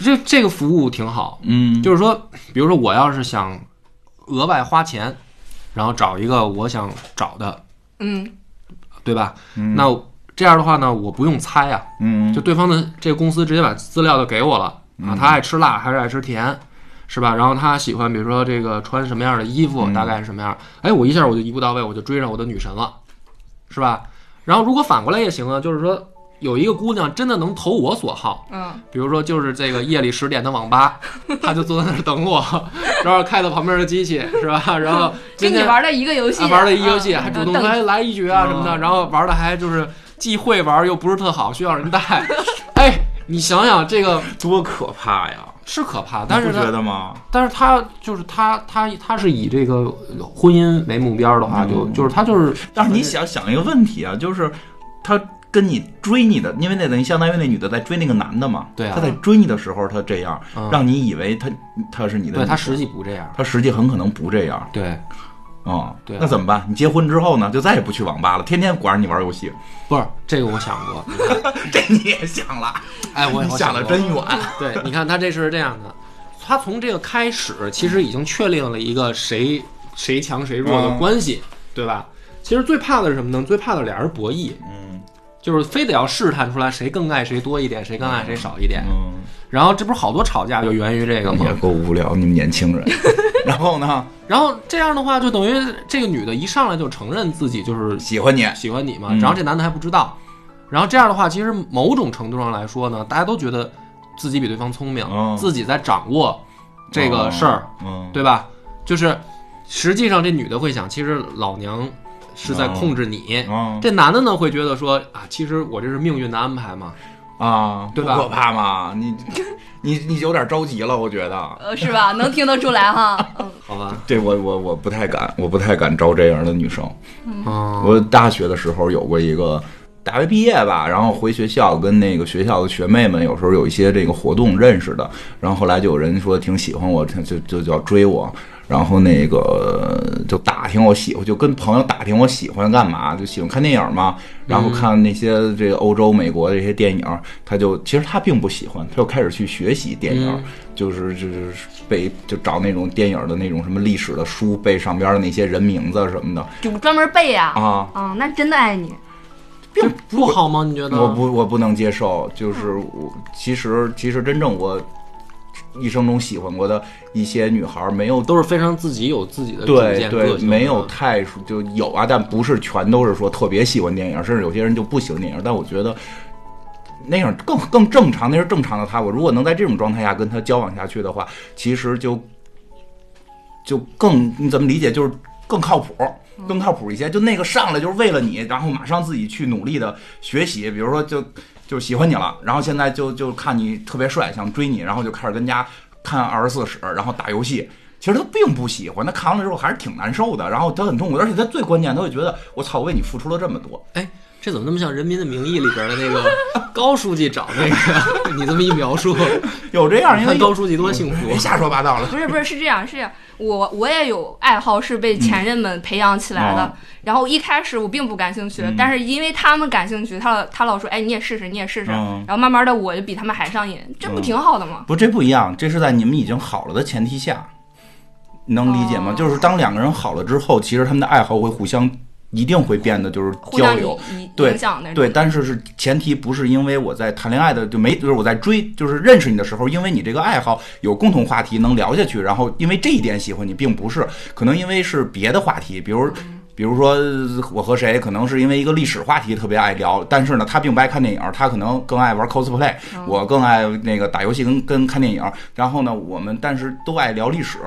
Speaker 3: 这这个服务挺好，
Speaker 2: 嗯，
Speaker 3: 就是说，比如说我要是想额外花钱，然后找一个我想找的，
Speaker 1: 嗯
Speaker 3: 对吧？
Speaker 2: 嗯
Speaker 3: 那这样的话呢，我不用猜啊，
Speaker 2: 嗯
Speaker 3: 就对方的这个公司直接把资料就给我了啊，他爱吃辣还是爱吃甜，是吧？然后他喜欢比如说这个穿什么样的衣服，
Speaker 2: 嗯
Speaker 3: 大概是什么样，哎，我一下我就一步到位，我就追上我的女神了，是吧？然后如果反过来也行啊，就是说有一个姑娘真的能投我所好，
Speaker 1: 嗯，
Speaker 3: 比如说，就是这个夜里十点的
Speaker 1: [laughs]
Speaker 3: 网吧，他就坐在那儿等我，然后开了旁边的机器，是
Speaker 1: [laughs]
Speaker 3: 吧？然后
Speaker 1: 跟
Speaker 3: 今
Speaker 1: 你
Speaker 3: 天
Speaker 1: 玩了一个游戏，
Speaker 3: 啊玩了一游戏，
Speaker 1: 嗯哦
Speaker 3: 还主动
Speaker 1: 嗯
Speaker 3: 来来一局啊
Speaker 2: 嗯
Speaker 3: 什么的，然后玩的还就是既会玩又不是特好，需要
Speaker 1: [laughs]
Speaker 3: 人带。哎，你想想这个
Speaker 2: 多可怕呀！
Speaker 3: 是可怕，但
Speaker 2: 你
Speaker 3: 是
Speaker 2: 不觉
Speaker 3: 呢，
Speaker 2: 得吗？
Speaker 3: 但是他就是他他他是以这个婚姻为目标的话，就
Speaker 2: 嗯
Speaker 3: 就是他就是
Speaker 2: 但是你想想一个问题啊，就是他跟你追你的，因为那等于相当于那女的在追那个男的嘛。
Speaker 3: 对啊
Speaker 2: 他在追你的时候，他这样
Speaker 3: 嗯
Speaker 2: 让你以为他他是你的
Speaker 3: 对
Speaker 2: 女神，
Speaker 3: 他实际不这样，
Speaker 2: 他实际很可能不这样
Speaker 3: 对，
Speaker 2: 啊。
Speaker 3: 对啊
Speaker 2: 那怎么办？你结婚之后呢，就再也不去网吧了，天天管着你玩游戏， [laughs]
Speaker 3: 不是这个我想过，
Speaker 2: 这你也想了，
Speaker 3: 哎，我
Speaker 2: 你
Speaker 3: 我
Speaker 2: 想
Speaker 3: 过
Speaker 2: 的真远。
Speaker 3: 对，你看他这是这样的，他从这个开始其实已经确定了一个谁谁强谁弱的
Speaker 2: 嗯
Speaker 3: 关系，对吧？其实最怕的是什么呢？最怕的俩人博弈，
Speaker 2: 嗯
Speaker 3: 就是非得要试探出来谁更爱谁多一点，谁更爱谁少一点。
Speaker 2: 嗯。
Speaker 3: 然后这不是好多吵架就源于这个
Speaker 2: 也
Speaker 3: 吗？
Speaker 2: 够无聊，你们年轻
Speaker 3: [laughs]
Speaker 2: 人。然后呢，
Speaker 3: 然后这样的话，就等于这个女的一上来就承认自己就是
Speaker 2: 喜欢你，
Speaker 3: 喜欢你嘛，
Speaker 2: 嗯
Speaker 3: 然后这男的还不知道。然后这样的话，其实某种程度上来说呢，大家都觉得自己比对方聪明，
Speaker 2: 嗯
Speaker 3: 自己在掌握这个事儿，
Speaker 2: 嗯，
Speaker 3: 对吧？就是实际上这女的会想，其实老娘是
Speaker 2: 哦
Speaker 3: 在控制你。
Speaker 2: 嗯
Speaker 3: 这男的呢会觉得说啊，其实我这是命运的安排嘛。
Speaker 2: 啊，
Speaker 3: 对吧
Speaker 2: 不可怕吗？你 [laughs] 你你有点着急了，我觉得。
Speaker 1: 呃，是吧？能听得出来
Speaker 3: [laughs]
Speaker 1: 哈。嗯
Speaker 3: 好吧，
Speaker 2: 这我我我不太敢，我不太敢招这样的女生。
Speaker 3: 嗯，
Speaker 2: 我大学的时候有过一个大学毕业吧，然后回学校跟那个学校的学妹们有时候有一些这个活动认识的，然后后来就有人说挺喜欢我，就就就就要追我，然后那个就打听我喜欢，就跟朋友打听我喜欢干嘛，就喜欢看电影嘛，然后看那些这个欧洲、美国的这些电影，他就其实他并不喜欢，他就开始去学习电影。
Speaker 3: 嗯
Speaker 2: 就是就是背就找那种电影的那种什么历史的书，背上边的那些人名字什么的
Speaker 1: 就专门背呀。
Speaker 2: 啊，
Speaker 1: 嗯，那真的爱你。
Speaker 3: 这不好吗？你觉得？嗯
Speaker 2: 我不我不能接受，就是我其实其实真正我一生中喜欢过的一些女孩儿没有。
Speaker 3: 都是非常自己有自己的主
Speaker 2: 对
Speaker 3: 见个
Speaker 2: 对，
Speaker 3: 性的，啊
Speaker 2: 没有太就有啊，但不是全都是说特别喜欢电影，甚至有些人就不喜欢电影。但我觉得那样更更正常，那是正常的他。我如果能在这种状态下跟他交往下去的话，其实就就更你怎么理解？就是更靠谱，
Speaker 3: 嗯
Speaker 2: 更靠谱一些。就那个上来就是为了你，然后马上自己去努力的学习，比如说就就喜欢你了，然后现在就就看你特别帅，想追你，然后就开始跟家看二十四史，然后打游戏。其实他并不喜欢，他看完了之后还是挺难受的，然后他很痛苦，而且他最关键，他会觉得我操，我为你付出了这么多，
Speaker 3: 哎，这怎么那么像《人民的名义》里边的那个
Speaker 2: [laughs]
Speaker 3: 高书记找那个？ [laughs] 你这么一描述，
Speaker 2: 有这样，因为
Speaker 3: 看高书记多幸
Speaker 2: 别
Speaker 3: 福。啊
Speaker 2: 瞎说八道了。
Speaker 1: 不是不是是这样是这样，我我也有爱好是被前任们培养起来的。
Speaker 2: 哦
Speaker 3: 嗯
Speaker 1: 然后一开始我并不感兴趣，
Speaker 2: 嗯
Speaker 1: 但是因为他们感兴趣，他老他老说，哎，你也试试，你也试试。
Speaker 2: 嗯
Speaker 1: 然后慢慢的我就比他们还上瘾，这
Speaker 3: 嗯
Speaker 1: 不挺好的吗？
Speaker 2: 不，这不一样，这是在你们已经好了的前提下，能理解吗？
Speaker 1: 哦
Speaker 2: 就是当两个人好了之后，其实他们的爱好会互相，一定会变得就是
Speaker 1: 互
Speaker 2: 交
Speaker 1: 相
Speaker 2: 流。
Speaker 1: 影
Speaker 2: 对
Speaker 1: 影响那种。
Speaker 2: 对，但是是前提不是因为我在谈恋爱的就没，就是我在追，就是认识你的时候，因为你这个爱好有共同话题能聊下去，然后因为这一点喜欢你，并不是可能因为是别的话题，比如。
Speaker 1: 嗯
Speaker 2: 比如说我和谁，可能是因为一个历史话题特别爱聊，但是呢，他并不爱看电影，他可能更爱玩 cosplay，、我
Speaker 1: 哦
Speaker 2: 更爱那个打游戏跟跟看电影。然后呢，我们但是都爱聊历史，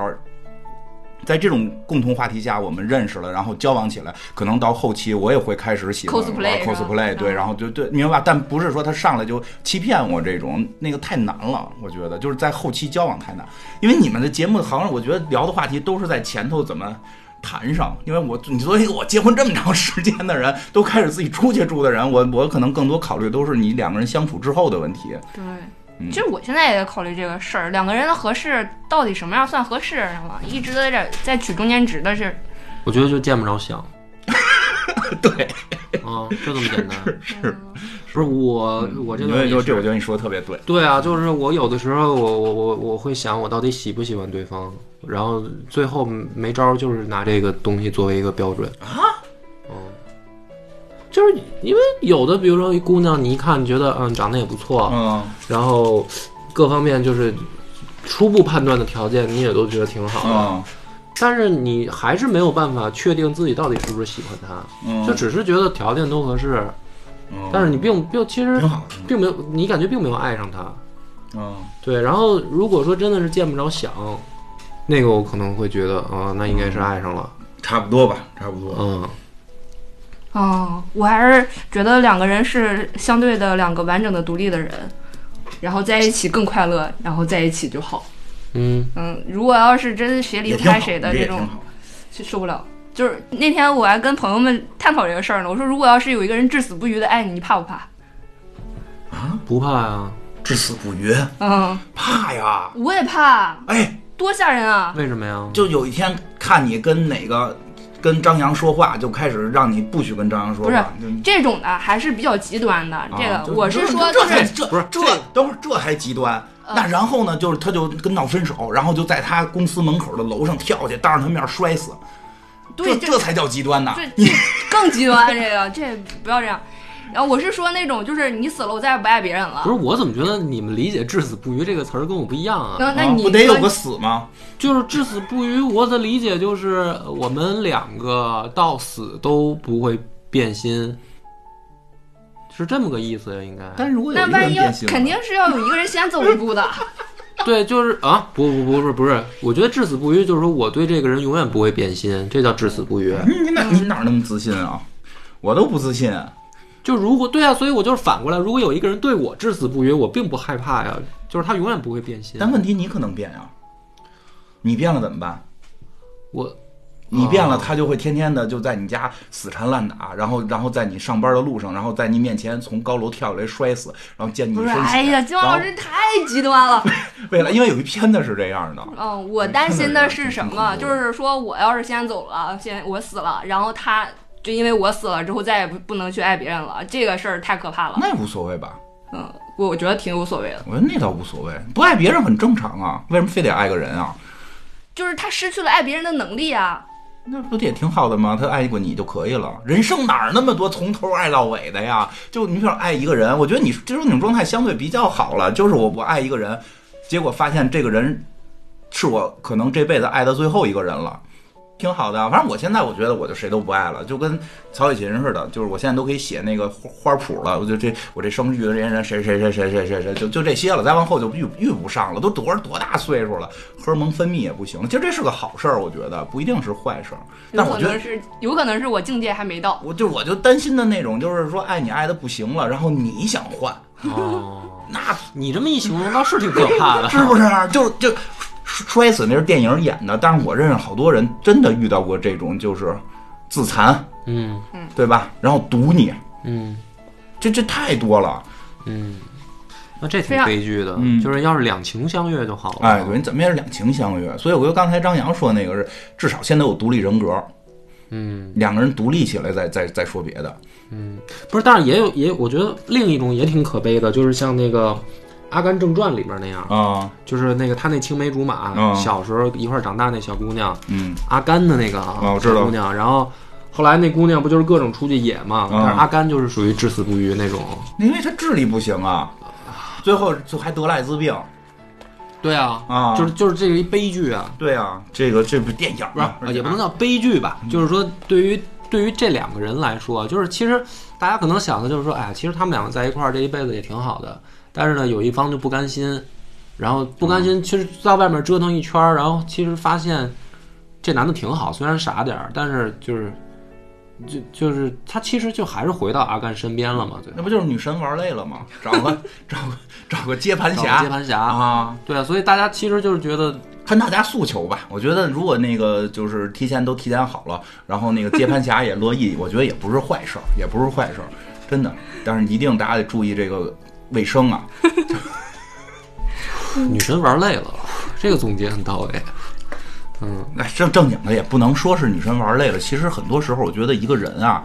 Speaker 2: 在这种共同话题下，我们认识了，然后交往起来，可能到后期我也会开始喜欢
Speaker 1: Cosplay
Speaker 2: 玩 cosplay，
Speaker 1: 是吧
Speaker 2: 对，
Speaker 1: 嗯
Speaker 2: 然后就对，明白吧？但不是说他上来就欺骗我这种，那个太难了，我觉得就是在后期交往太难，因为你们的节目好像我觉得聊的话题都是在前头怎么。谈上，因为我你作为一个我结婚这么长时间的人，都开始自己出去住的人，我我可能更多考虑都是你两个人相处之后的问题。
Speaker 1: 对
Speaker 2: 嗯
Speaker 1: 其实我现在也在考虑这个事儿，两个人的合适到底什么样算合适，知道吗？一直在这在取中间值的是，
Speaker 3: 我觉得就见不着香
Speaker 2: [laughs] 对，
Speaker 3: 啊，就这么简单。
Speaker 2: 是，
Speaker 3: 不是我，我这
Speaker 2: 因
Speaker 3: 个
Speaker 2: 为就
Speaker 3: 也
Speaker 2: 这，我
Speaker 3: 是
Speaker 2: 觉得你说的特别对。
Speaker 3: 对啊，就是我有的时候我我我我会想我到底喜不喜欢对方，然后最后没招儿就是拿这个东西作为一个标准啊，嗯，就是因为有的，比如说一姑娘，你一看觉得嗯长得也不错，
Speaker 2: 嗯，
Speaker 3: 然后各方面就是初步判断的条件你也都觉得挺好的，
Speaker 2: 嗯，
Speaker 3: 但是你还是没有办法确定自己到底是不是喜欢她，
Speaker 2: 嗯，
Speaker 3: 就只是觉得条件都合适，
Speaker 2: 嗯，
Speaker 3: 但是你并并其实
Speaker 2: 挺好的。
Speaker 3: 并没有，你感觉并没有爱上他。
Speaker 2: 嗯
Speaker 3: 对，然后如果说真的是见不着响，那个我可能会觉得啊、那应该是爱上了。，
Speaker 2: 差不多吧，差不多。
Speaker 3: 嗯，
Speaker 1: 嗯，我还是觉得两个人是相对的两个完整的独立的人，然后在一起更快乐，然后在一起就好。
Speaker 3: 嗯，
Speaker 1: 嗯，如果要是真谁离
Speaker 2: 也
Speaker 1: 不
Speaker 2: 挺好
Speaker 1: 开谁的这
Speaker 2: 也挺
Speaker 1: 种，
Speaker 2: 好
Speaker 1: 就受不了。就是那天我还跟朋友们探讨这个事儿呢，我说如果要是有一个人至死不渝的爱你，你怕不怕？
Speaker 3: 不怕呀、
Speaker 2: 至死不渝，
Speaker 1: 嗯，
Speaker 2: 怕呀！
Speaker 1: 我也怕，
Speaker 2: 哎，
Speaker 1: 多吓人啊！
Speaker 3: 为什么呀？
Speaker 2: 就有一天看你跟哪个跟张扬说话，就开始让你不许跟张扬说话。就
Speaker 1: 这种的还是比较极端的，这
Speaker 2: 啊
Speaker 1: 个
Speaker 2: 就
Speaker 1: 我是
Speaker 2: 这
Speaker 1: 说，就
Speaker 2: 这
Speaker 1: 是
Speaker 2: 才
Speaker 1: 呃
Speaker 2: 这
Speaker 3: 不是
Speaker 2: 这
Speaker 3: 这
Speaker 2: 等会儿这还极端。那然后呢，就是他就跟闹分手，然后就在他公司门口的楼上跳下去，当着他面摔死。
Speaker 1: 对
Speaker 2: 这这才叫极端呢。
Speaker 1: 这
Speaker 2: [laughs]
Speaker 1: 这更极端，这个这不要这样。然后我是说那种，就是你死了，我再也不爱别人了
Speaker 3: 不。是我怎么觉得你们理解“至死不渝”这个词儿跟我不一样啊？
Speaker 1: 那那
Speaker 2: 啊
Speaker 1: 你
Speaker 2: 不得有
Speaker 1: 说
Speaker 2: 个死吗？
Speaker 3: 就是“至死不渝”，我的理解就是我们两个到死都不会变心，是这么个意思呀？应该。
Speaker 2: 但如果有
Speaker 1: 那万一
Speaker 2: 一个人
Speaker 1: 要
Speaker 2: 变心了，
Speaker 1: 肯定是要有一个人先走一步的，
Speaker 3: 对，就是啊，不不不是不是，我觉得至死不渝就是说我对这个人永远不会变心，这叫至死不渝。
Speaker 2: 嗯。你哪你哪那么自信啊？我都不自信。
Speaker 3: 就如果对啊，所以我就是反过来，如果有一个人对我至死不渝，我并不害怕呀，就是他永远不会变心。
Speaker 2: 但问题你可能变呀、你变了怎么办？
Speaker 3: 我
Speaker 2: 你变了，
Speaker 3: 哦
Speaker 2: 他就会天天的就在你家死缠烂打，然后然后在你上班的路上，然后在你面前从高楼跳下来摔死，然后 [laughs] 溅你一
Speaker 1: 不
Speaker 2: 身
Speaker 1: 是？
Speaker 2: 血。
Speaker 1: 哎呀，金王
Speaker 2: 然后
Speaker 1: 老师太极端
Speaker 2: [laughs]
Speaker 1: 了。
Speaker 2: 为了因为有一片子是这样的，
Speaker 1: 嗯，我担心的是什么？
Speaker 2: 挺恐怖
Speaker 1: 就
Speaker 2: 的
Speaker 1: 是说我要是先走了，先我死了，然后他就因为我死了之后再也不不能去爱别人了，这个事儿太可怕了。
Speaker 2: 那也无所谓吧？
Speaker 1: 嗯，我我觉得挺有所谓的，
Speaker 2: 我说那倒无所谓，不爱别人很正常啊，为什么非得爱个人啊？
Speaker 1: 就是他失去了爱别人的能力啊。
Speaker 2: 那不也挺好的吗？他爱过你就可以了。人生哪儿那么多从头爱到尾的呀？就你比如爱一个人，我觉得你这种状态相对比较好了。就是我我爱一个人，结果发现这个人是我可能这辈子爱的最后一个人了，挺好的。反正我现在我觉得我就谁都不爱了，就跟曹雪芹似的，就是我现在都可以写那个花花谱了。我就这我这生遇的这些人谁谁谁谁谁谁谁，就就这些了。再往后就遇遇不上了，都多少多大岁数了，荷尔蒙分泌也不行了。其实这是个好事儿，我觉得不一定是坏事儿。
Speaker 1: 有
Speaker 2: 但我
Speaker 1: 可
Speaker 2: 觉得
Speaker 1: 能是，有可能是我境界还没到。
Speaker 2: 我就我就担心的那种，就是说爱你爱的不行了，然后你想换，
Speaker 3: 哦，
Speaker 2: 那
Speaker 3: 你这么一形容倒是挺可怕的。
Speaker 2: 是不是？就就摔死那是电影演的，但是我认识好多人真的遇到过这种，就是自残，
Speaker 3: 嗯
Speaker 2: 对吧？然后毒你，
Speaker 3: 嗯
Speaker 2: 这这太多了。
Speaker 3: 嗯，那这
Speaker 1: 非
Speaker 3: 挺
Speaker 1: 常
Speaker 3: 悲剧的，
Speaker 2: 嗯
Speaker 3: 就是要是两情相悦就好了。
Speaker 2: 哎，对，你怎么也是两情相悦。所以我觉得刚才张扬说那个是，至少先得有独立人格，
Speaker 3: 嗯，
Speaker 2: 两个人独立起来再再再说别的。
Speaker 3: 不是，但是也有也，我觉得另一种也挺可悲的，就是像那个《阿甘正传》里边那样，
Speaker 2: 啊，
Speaker 3: 就是那个他那青梅竹马，
Speaker 2: 嗯
Speaker 3: 小时候一块儿长大那小姑娘，
Speaker 2: 嗯
Speaker 3: 阿甘的那个啊，
Speaker 2: 啊我知道
Speaker 3: 小姑娘，然后。后来那姑娘不就是各种出去野嘛？
Speaker 2: 嗯
Speaker 3: 但是阿甘就是属于至死不渝那种。
Speaker 2: 因为他智力不行啊，最后就还得了艾滋病
Speaker 3: 对啊，
Speaker 2: 啊，
Speaker 3: 就是就是这是一悲剧啊，
Speaker 2: 对啊，这个这部电影啊
Speaker 3: 不是
Speaker 2: 嘛
Speaker 3: 呃也不能叫悲剧吧，
Speaker 2: 嗯
Speaker 3: 就是说对于对于这两个人来说，啊就是其实大家可能想的就是说，哎，其实他们两个在一块儿这一辈子也挺好的，但是呢，有一方就不甘心，然后不甘
Speaker 2: 嗯
Speaker 3: 心，其实在外面折腾一圈儿，然后其实发现这男的挺好，虽然傻点儿，但是就是就就是他其实就还是回到阿甘身边了嘛，对吧
Speaker 2: 那不就是女神玩累了吗？找个 [laughs] 找个找个接盘
Speaker 3: 找个接
Speaker 2: 侠
Speaker 3: 盘侠，
Speaker 2: 啊，
Speaker 3: 对啊，所以大家其实就是觉得
Speaker 2: 看大家诉求吧。我觉得如果那个就是提前都提前好了，然后那个接盘侠也乐意，我觉得也不是坏事儿，也不是坏事儿，真的。但是一定大家得注意这个卫生啊。嗯
Speaker 3: 女神玩累了，这个总结很到位，嗯。
Speaker 2: 那正正经的也不能说是女神玩累了，其实很多时候我觉得一个人啊，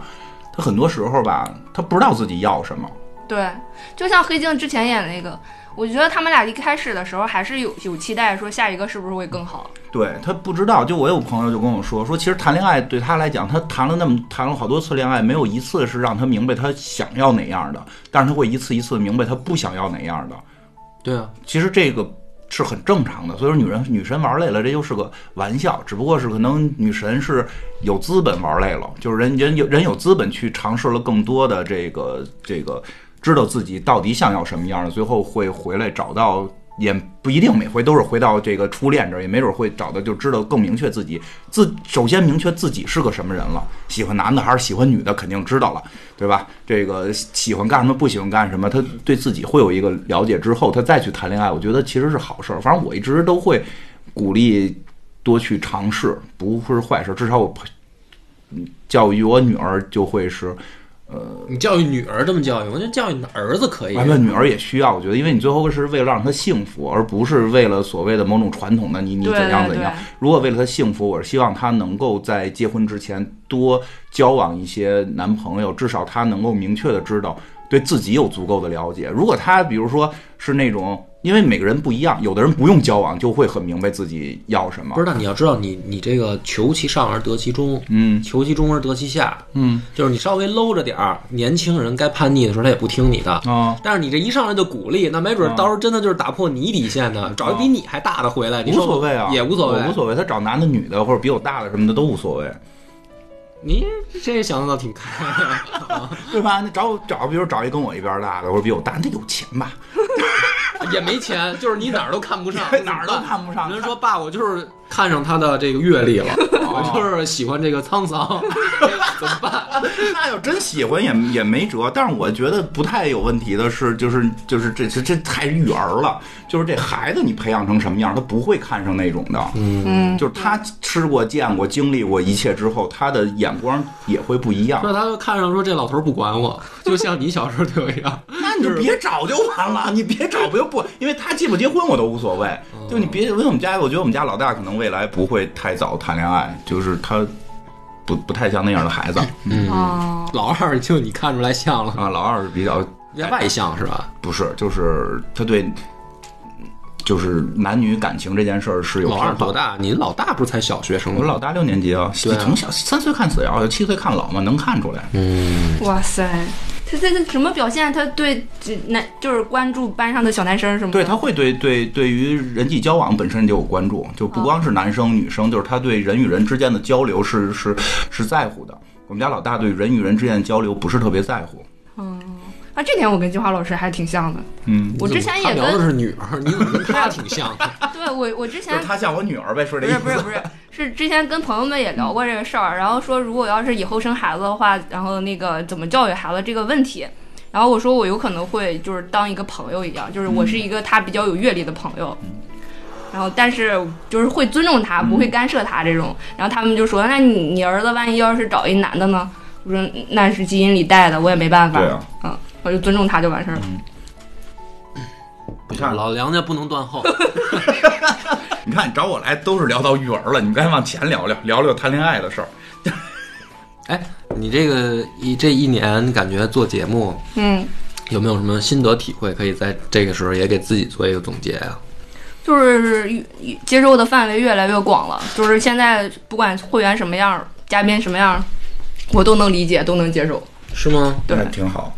Speaker 2: 他很多时候吧，他不知道自己要什么。
Speaker 1: 对，就像黑镜之前演那个，我觉得他们俩一开始的时候还是有有期待，说下一个是不是会更好。
Speaker 2: 对他不知道，就我有朋友就跟我说，说其实谈恋爱对他来讲，他谈了那么谈了好多次恋爱，没有一次是让他明白他想要哪样的，但是他会一次一次明白他不想要哪样的。
Speaker 3: 对啊，
Speaker 2: 其实这个是很正常的，所以说女人女神玩累了，这就是个玩笑，只不过是可能女神是有资本玩累了，就是人人有人有资本去尝试了更多的这个这个，知道自己到底想要什么样的，最后会回来找到。也不一定每回都是回到这个初恋这儿，也没准会找到就知道更明确自己自首先明确自己是个什么人了，喜欢男的还是喜欢女的肯定知道了，对吧？这个喜欢干什么，不喜欢干什么，他对自己会有一个了解之后，他再去谈恋爱，我觉得其实是好事儿。反正我一直都会鼓励多去尝试，不是坏事。至少我嗯教育我女儿就会是，
Speaker 3: 你教育女儿这么教育，我觉得教育你的儿子
Speaker 1: 哎
Speaker 3: 可以。
Speaker 2: 完了女儿也需要，我觉得，因为你最后是为了让她幸福，而不是为了所谓的某种传统的你你
Speaker 1: 对
Speaker 2: 怎样
Speaker 1: 对
Speaker 2: 怎
Speaker 1: 对
Speaker 2: 样。，如果为了她幸福，我是希望她能够在结婚之前多交往一些男朋友，至少她能够明确的知道对自己有足够的了解。如果她比如说是那种，因为每个人不一样，有的人不用交往就会很明白自己要什么
Speaker 3: 不。是，但你要知道你，你这个求其上而得其中，
Speaker 2: 嗯
Speaker 3: 求其中而得其下，
Speaker 2: 嗯
Speaker 3: 就是你稍微搂着点儿，年轻人该叛逆的时候他也不听你的。
Speaker 2: 啊，
Speaker 3: 但是你这一上来就鼓励，那没
Speaker 2: 嗯
Speaker 3: 准儿到时候真的就是打破你底线的，找一比你还大的回来，你
Speaker 2: 无
Speaker 3: 说
Speaker 2: 所谓啊，
Speaker 3: 也无所谓
Speaker 2: 我无所谓。她找男的、女的或者比我大的什么的都无所谓，
Speaker 3: 你这想的倒挺开，
Speaker 2: [laughs] 对吧？那找找，比如找一跟我一边大的或者比我大，那有钱吧？，
Speaker 3: 也没钱，就是 [laughs] 你哪儿都看不上
Speaker 2: [laughs] 哪儿都看不上
Speaker 3: 有人说爸，我就是看上他的这个阅
Speaker 2: [laughs]
Speaker 3: 历了，
Speaker 2: 哦
Speaker 3: 我就是喜欢这个沧桑，怎么办？
Speaker 2: [laughs] 那要真喜欢也也没辙，但是我觉得不太有问题的是，就是就是这这这太育儿了，就是这孩子你培养成什么样，他不会看上那种的。
Speaker 1: 嗯，
Speaker 2: 就是他吃过、见过、经历过一切之后，他的眼光也会不一样。
Speaker 3: 所以他就看上说这老头儿不管我，就像你小时候对我一样。
Speaker 2: 那你就别找就完了，你别找不就不，因为他结不结婚我都无所谓。就你别因为我们家，我觉得我们家老大可能未来不会太早谈恋爱，就是他不不太像那样的孩子
Speaker 3: 嗯，
Speaker 1: 哦，
Speaker 3: 老二就你看出来像了，
Speaker 2: 啊。老二是比较
Speaker 3: 比较外向是吧？
Speaker 2: 不是，就是他对，就是男女感情这件事儿是有
Speaker 3: 老二
Speaker 2: 偏好
Speaker 3: 多
Speaker 2: 的。
Speaker 3: 大？你老大不是才小学生
Speaker 2: 我
Speaker 3: 吗？
Speaker 2: 老大六年级啊，
Speaker 3: 对啊
Speaker 2: 从小三岁看死啊，七岁看老嘛，能看出来。
Speaker 3: 嗯，
Speaker 1: 哇塞，他这个什么表现？他对这男就是关注班上的小男生什么的？
Speaker 2: 对，他会对对对于人际交往本身就有关注，就
Speaker 1: 嗯
Speaker 2: 不光是男生女生，就是他对人与人之间的交流是是是在乎的。我们家老大对人与人之间的交流不是特别在乎。
Speaker 1: 嗯，啊，这点我跟金花老师还挺像的。
Speaker 2: 嗯，
Speaker 1: 我之前
Speaker 3: 他
Speaker 1: 也
Speaker 3: 聊的
Speaker 1: 跟啊
Speaker 3: 是女儿，你怎么跟他挺像 [laughs] 的？
Speaker 1: 对我我之
Speaker 2: 就
Speaker 1: 前
Speaker 2: 是他像我女儿呗，说
Speaker 1: 不
Speaker 2: 这意
Speaker 1: 是
Speaker 2: 思。
Speaker 1: 不是
Speaker 2: [laughs]
Speaker 1: 不是，是之前跟朋友们也聊过这个事儿，然后说如果要是以后生孩子的话，然后那个怎么教育孩子这个问题。然后我说我有可能会就是当一个朋友一样，就是我是一
Speaker 2: 嗯
Speaker 1: 个他比较有阅历的朋友，然后但是就是会
Speaker 2: 嗯
Speaker 1: 尊重他，不会干涉他这种。然后他们就说，那你你儿子万一要是找一男的呢？我说嗯那是基因里带的，我也没办法。
Speaker 2: 对啊，
Speaker 1: 嗯，我就尊重他就完事儿了。
Speaker 2: 不像
Speaker 3: 老梁家不能断后，
Speaker 4: 你看，你找我来都是聊到育儿了，你们该往前聊聊，聊聊谈恋爱的事儿。
Speaker 3: [laughs] 哎，你这个一这一年感觉做节目
Speaker 1: 嗯，
Speaker 3: 有没有什么心得体会？可以在这个时候也给自己做一个总结啊？
Speaker 1: 就是与与接受的范围越来越广了，就是现在不管会员什么样儿，嘉宾什么样儿，我都能理解，都能接受。
Speaker 3: 是吗？
Speaker 1: 对
Speaker 4: 那，挺好。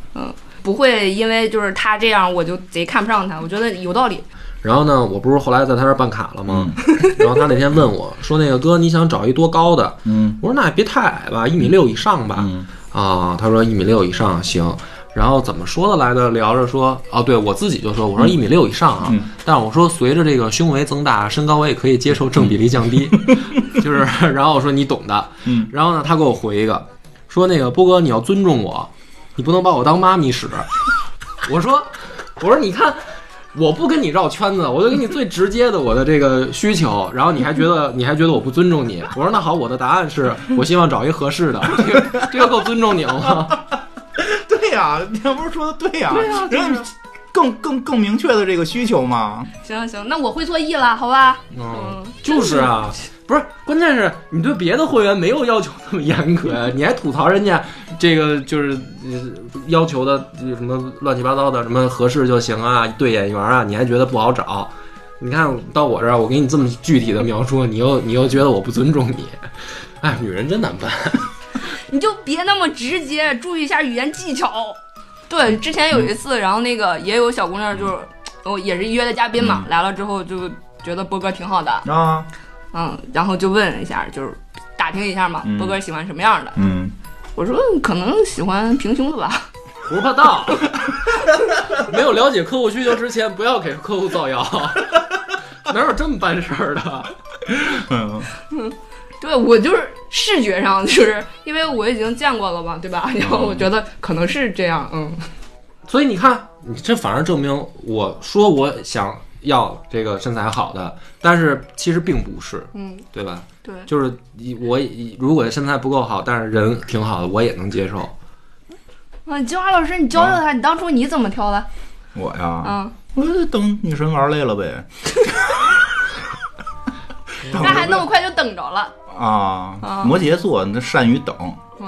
Speaker 1: 不会因为就是他这样我就贼看不上他，我觉得有道理。
Speaker 3: 然后呢，我不是后来在他这儿办卡了吗？
Speaker 2: 嗯
Speaker 3: 然后他那天问我说：“那个哥，你想找一多高的？”
Speaker 4: 嗯，
Speaker 3: 我说：“那也别太矮吧，一米六以上吧。
Speaker 4: 嗯
Speaker 3: 啊，他说一米六以上行。然后怎么说的来着？聊着说，哦、对我自己就说，我说
Speaker 4: 嗯
Speaker 3: 一米六以上啊，但是我说随着这个胸围增大，身高我也可以接受正比例
Speaker 4: [laughs]
Speaker 3: 降低，就是，然后我说你懂的，
Speaker 4: 嗯，
Speaker 3: 然后呢，他给我回一个，说那个波哥你要尊重我，你不能把我当妈咪使。我说，我说你看，我不跟你绕圈子，我就给你最直接的我的这个需求，然后你还觉得你还觉得我不尊重你？我说那好，我的答案是我希望找一合适的，这个这个够尊重你了吗？
Speaker 2: 对呀，你要不是说的对呀，人家更更更明确的这个需求嘛，
Speaker 1: 行行行，那我会做艺了，好吧？
Speaker 3: 嗯，
Speaker 1: 嗯，
Speaker 3: 就是啊。不是，关键是你对别的会员没有要求那么严格 [laughs] 呀，你还吐槽人家这个就是呃要求的呃什么乱七八糟的，什么合适就行啊，对眼缘啊，你还觉得不好找？你看到我这儿，我给你这么具体的描述，你又你又觉得我不尊重你，哎，女人真难办。
Speaker 1: 你就别那么直接，注意一下语言技巧。对，之前有一次，然后那个也有小姑娘就是，我也是约的嘉宾嘛，来了之后就觉得波哥挺好的，
Speaker 2: 啊，
Speaker 1: 嗯，然后就问一下，就是打听一下嘛，
Speaker 4: 嗯
Speaker 1: 波哥喜欢什么样的？
Speaker 4: 嗯，
Speaker 1: 我说可能喜欢平胸的吧。 [laughs]
Speaker 3: 胡说八道！ [laughs] 没有了解客户需求之前，不要给客户造谣，哪有这么办事儿的？
Speaker 2: 嗯
Speaker 1: 对我就是视觉上就是因为我已经见过了嘛，对吧？然后我觉得可能是这样，嗯。
Speaker 3: 所以你看，你这反而证明我说我想要这个身材好的，但是其实并不是，
Speaker 1: 嗯，
Speaker 3: 对吧？
Speaker 1: 对，
Speaker 3: 就是你我如果身材不够好，但是人挺好的，我也能接受。
Speaker 1: 啊，金花老师，你教教他，你当初你怎么挑的？
Speaker 2: 我呀，
Speaker 1: 嗯，
Speaker 2: 我就等女神玩累了呗，
Speaker 1: [laughs] 那还那么快就等着了？
Speaker 2: 啊
Speaker 1: 啊，
Speaker 2: 摩羯座那善于等，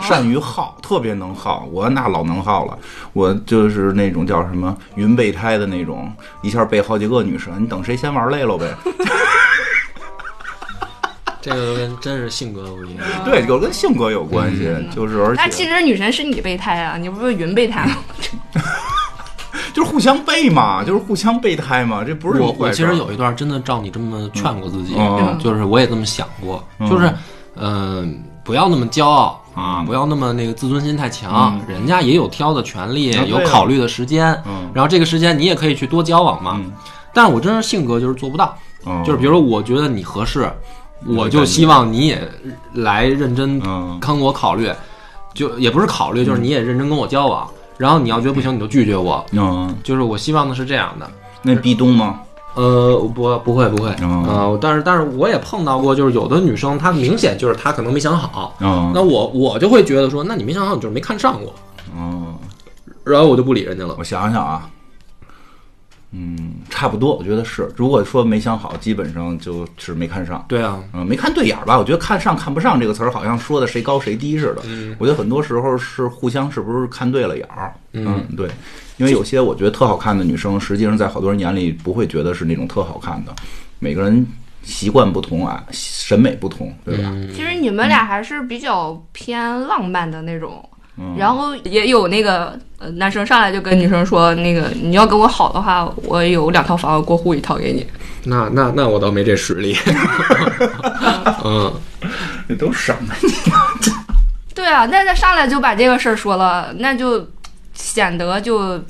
Speaker 2: 善于耗，特别能耗。我那老能耗了，我就是那种叫什么云备胎的那种，一下备好几个女神，你等谁先玩累了呗。
Speaker 1: [laughs]
Speaker 3: 这个跟真是性格不一样。
Speaker 2: 对，有跟性格有关系，就是而
Speaker 1: 那其
Speaker 2: 且
Speaker 1: 实女神是你备胎啊，你不是云备胎吗？
Speaker 2: 就是互相备嘛，就是互相备胎嘛，这不是什
Speaker 3: 我
Speaker 2: 么
Speaker 3: 我
Speaker 2: 坏
Speaker 3: 其
Speaker 2: 事。
Speaker 3: 实有一段真的照你这么劝过自己，
Speaker 2: 嗯
Speaker 1: 嗯
Speaker 3: 就是我也这么想过，就是嗯、不要那么骄傲啊，
Speaker 2: 嗯
Speaker 3: 不要那么那个自尊心太强，人家也有挑的权利，
Speaker 2: 啊对
Speaker 3: 有
Speaker 2: 啊
Speaker 3: 考虑的时间，
Speaker 2: 嗯
Speaker 3: 然后这个时间你也可以去多交往嘛。
Speaker 2: 嗯
Speaker 3: 但是我真是性格就是做不到，
Speaker 2: 嗯
Speaker 3: 就是比如说我觉得你合适，我就希望你也来认真
Speaker 2: 嗯
Speaker 3: 跟我考虑，就也不是考虑，就是你也认真跟我交往。然后你要觉得不行，你就拒绝我。
Speaker 2: 嗯，
Speaker 3: 就是我希望的是这样的，
Speaker 2: 那壁咚吗？
Speaker 3: 呃，不，不会，不会，
Speaker 2: 嗯
Speaker 3: 呃，但是，但是我也碰到过，就是有的女生，她明显就是她可能没想好，
Speaker 2: 嗯
Speaker 3: 那我我就会觉得说，那你没想好，你就是没看上我，
Speaker 2: 嗯，
Speaker 3: 然后我就不理人家了。
Speaker 2: 我想想啊，嗯，差不多，我觉得是。如果说没想好，基本上就是没看上。
Speaker 3: 对啊，
Speaker 2: 嗯，没看对眼儿吧？我觉得“看上看不上”这个词儿好像说的谁高谁低似的。
Speaker 3: 嗯
Speaker 2: 我觉得很多时候是互相是不是看对了眼儿。嗯，对，因为有些我觉得特好看的女生，实际上在好多人眼里不会觉得是那种特好看的。每个人习惯不同啊，审美不同，对
Speaker 3: 啊
Speaker 2: 吧？
Speaker 1: 其实你们俩还是比较偏浪漫的那种，
Speaker 2: 嗯
Speaker 1: 然后也有那个呃男生上来就跟女生说，那个你要跟我好的话，我有两套房，我过户一套给你。
Speaker 3: 那那那我倒没这实 [laughs] 力。嗯，
Speaker 2: 那都什么？
Speaker 1: 对啊，那他上来就把这个事儿说了，那就显得就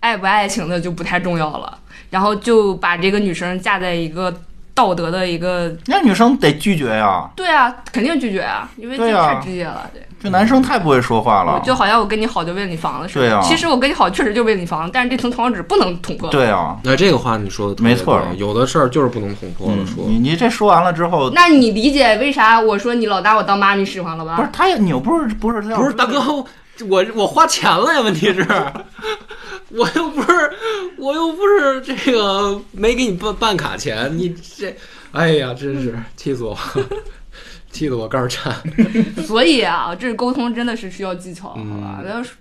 Speaker 1: 爱不爱情的就不太重要了，然后就把这个女生架在一个道德的一个，
Speaker 2: 那女生得拒绝呀、
Speaker 1: 对啊，肯定拒绝啊，因为这
Speaker 2: 对啊
Speaker 1: 太直接了，对
Speaker 2: 这男生太不会说话了。
Speaker 1: 就好像我跟你好就为了你房子似的。
Speaker 2: 对啊
Speaker 1: 其实我跟你好确实就为了你房子，但是这层窗纸不能捅破。
Speaker 2: 对啊，
Speaker 3: 那这个话你说的
Speaker 2: 没错
Speaker 3: 有的事儿就是不能捅破了
Speaker 2: 嗯
Speaker 3: 说。
Speaker 2: 你你这说完了之后，
Speaker 1: 那你理解为啥我说你老拿我当妈，你使唤了
Speaker 2: 不是
Speaker 1: 吧？
Speaker 2: 他也你又不是不是他要
Speaker 3: 不是大哥，我我我花钱了呀，问题是，我又不是我又不是这个没给你办办卡钱，你这，哎呀，真是气死我， [laughs] 气得我肝儿颤。
Speaker 1: 所以啊，这沟通真的是需要技巧，好吧？然后说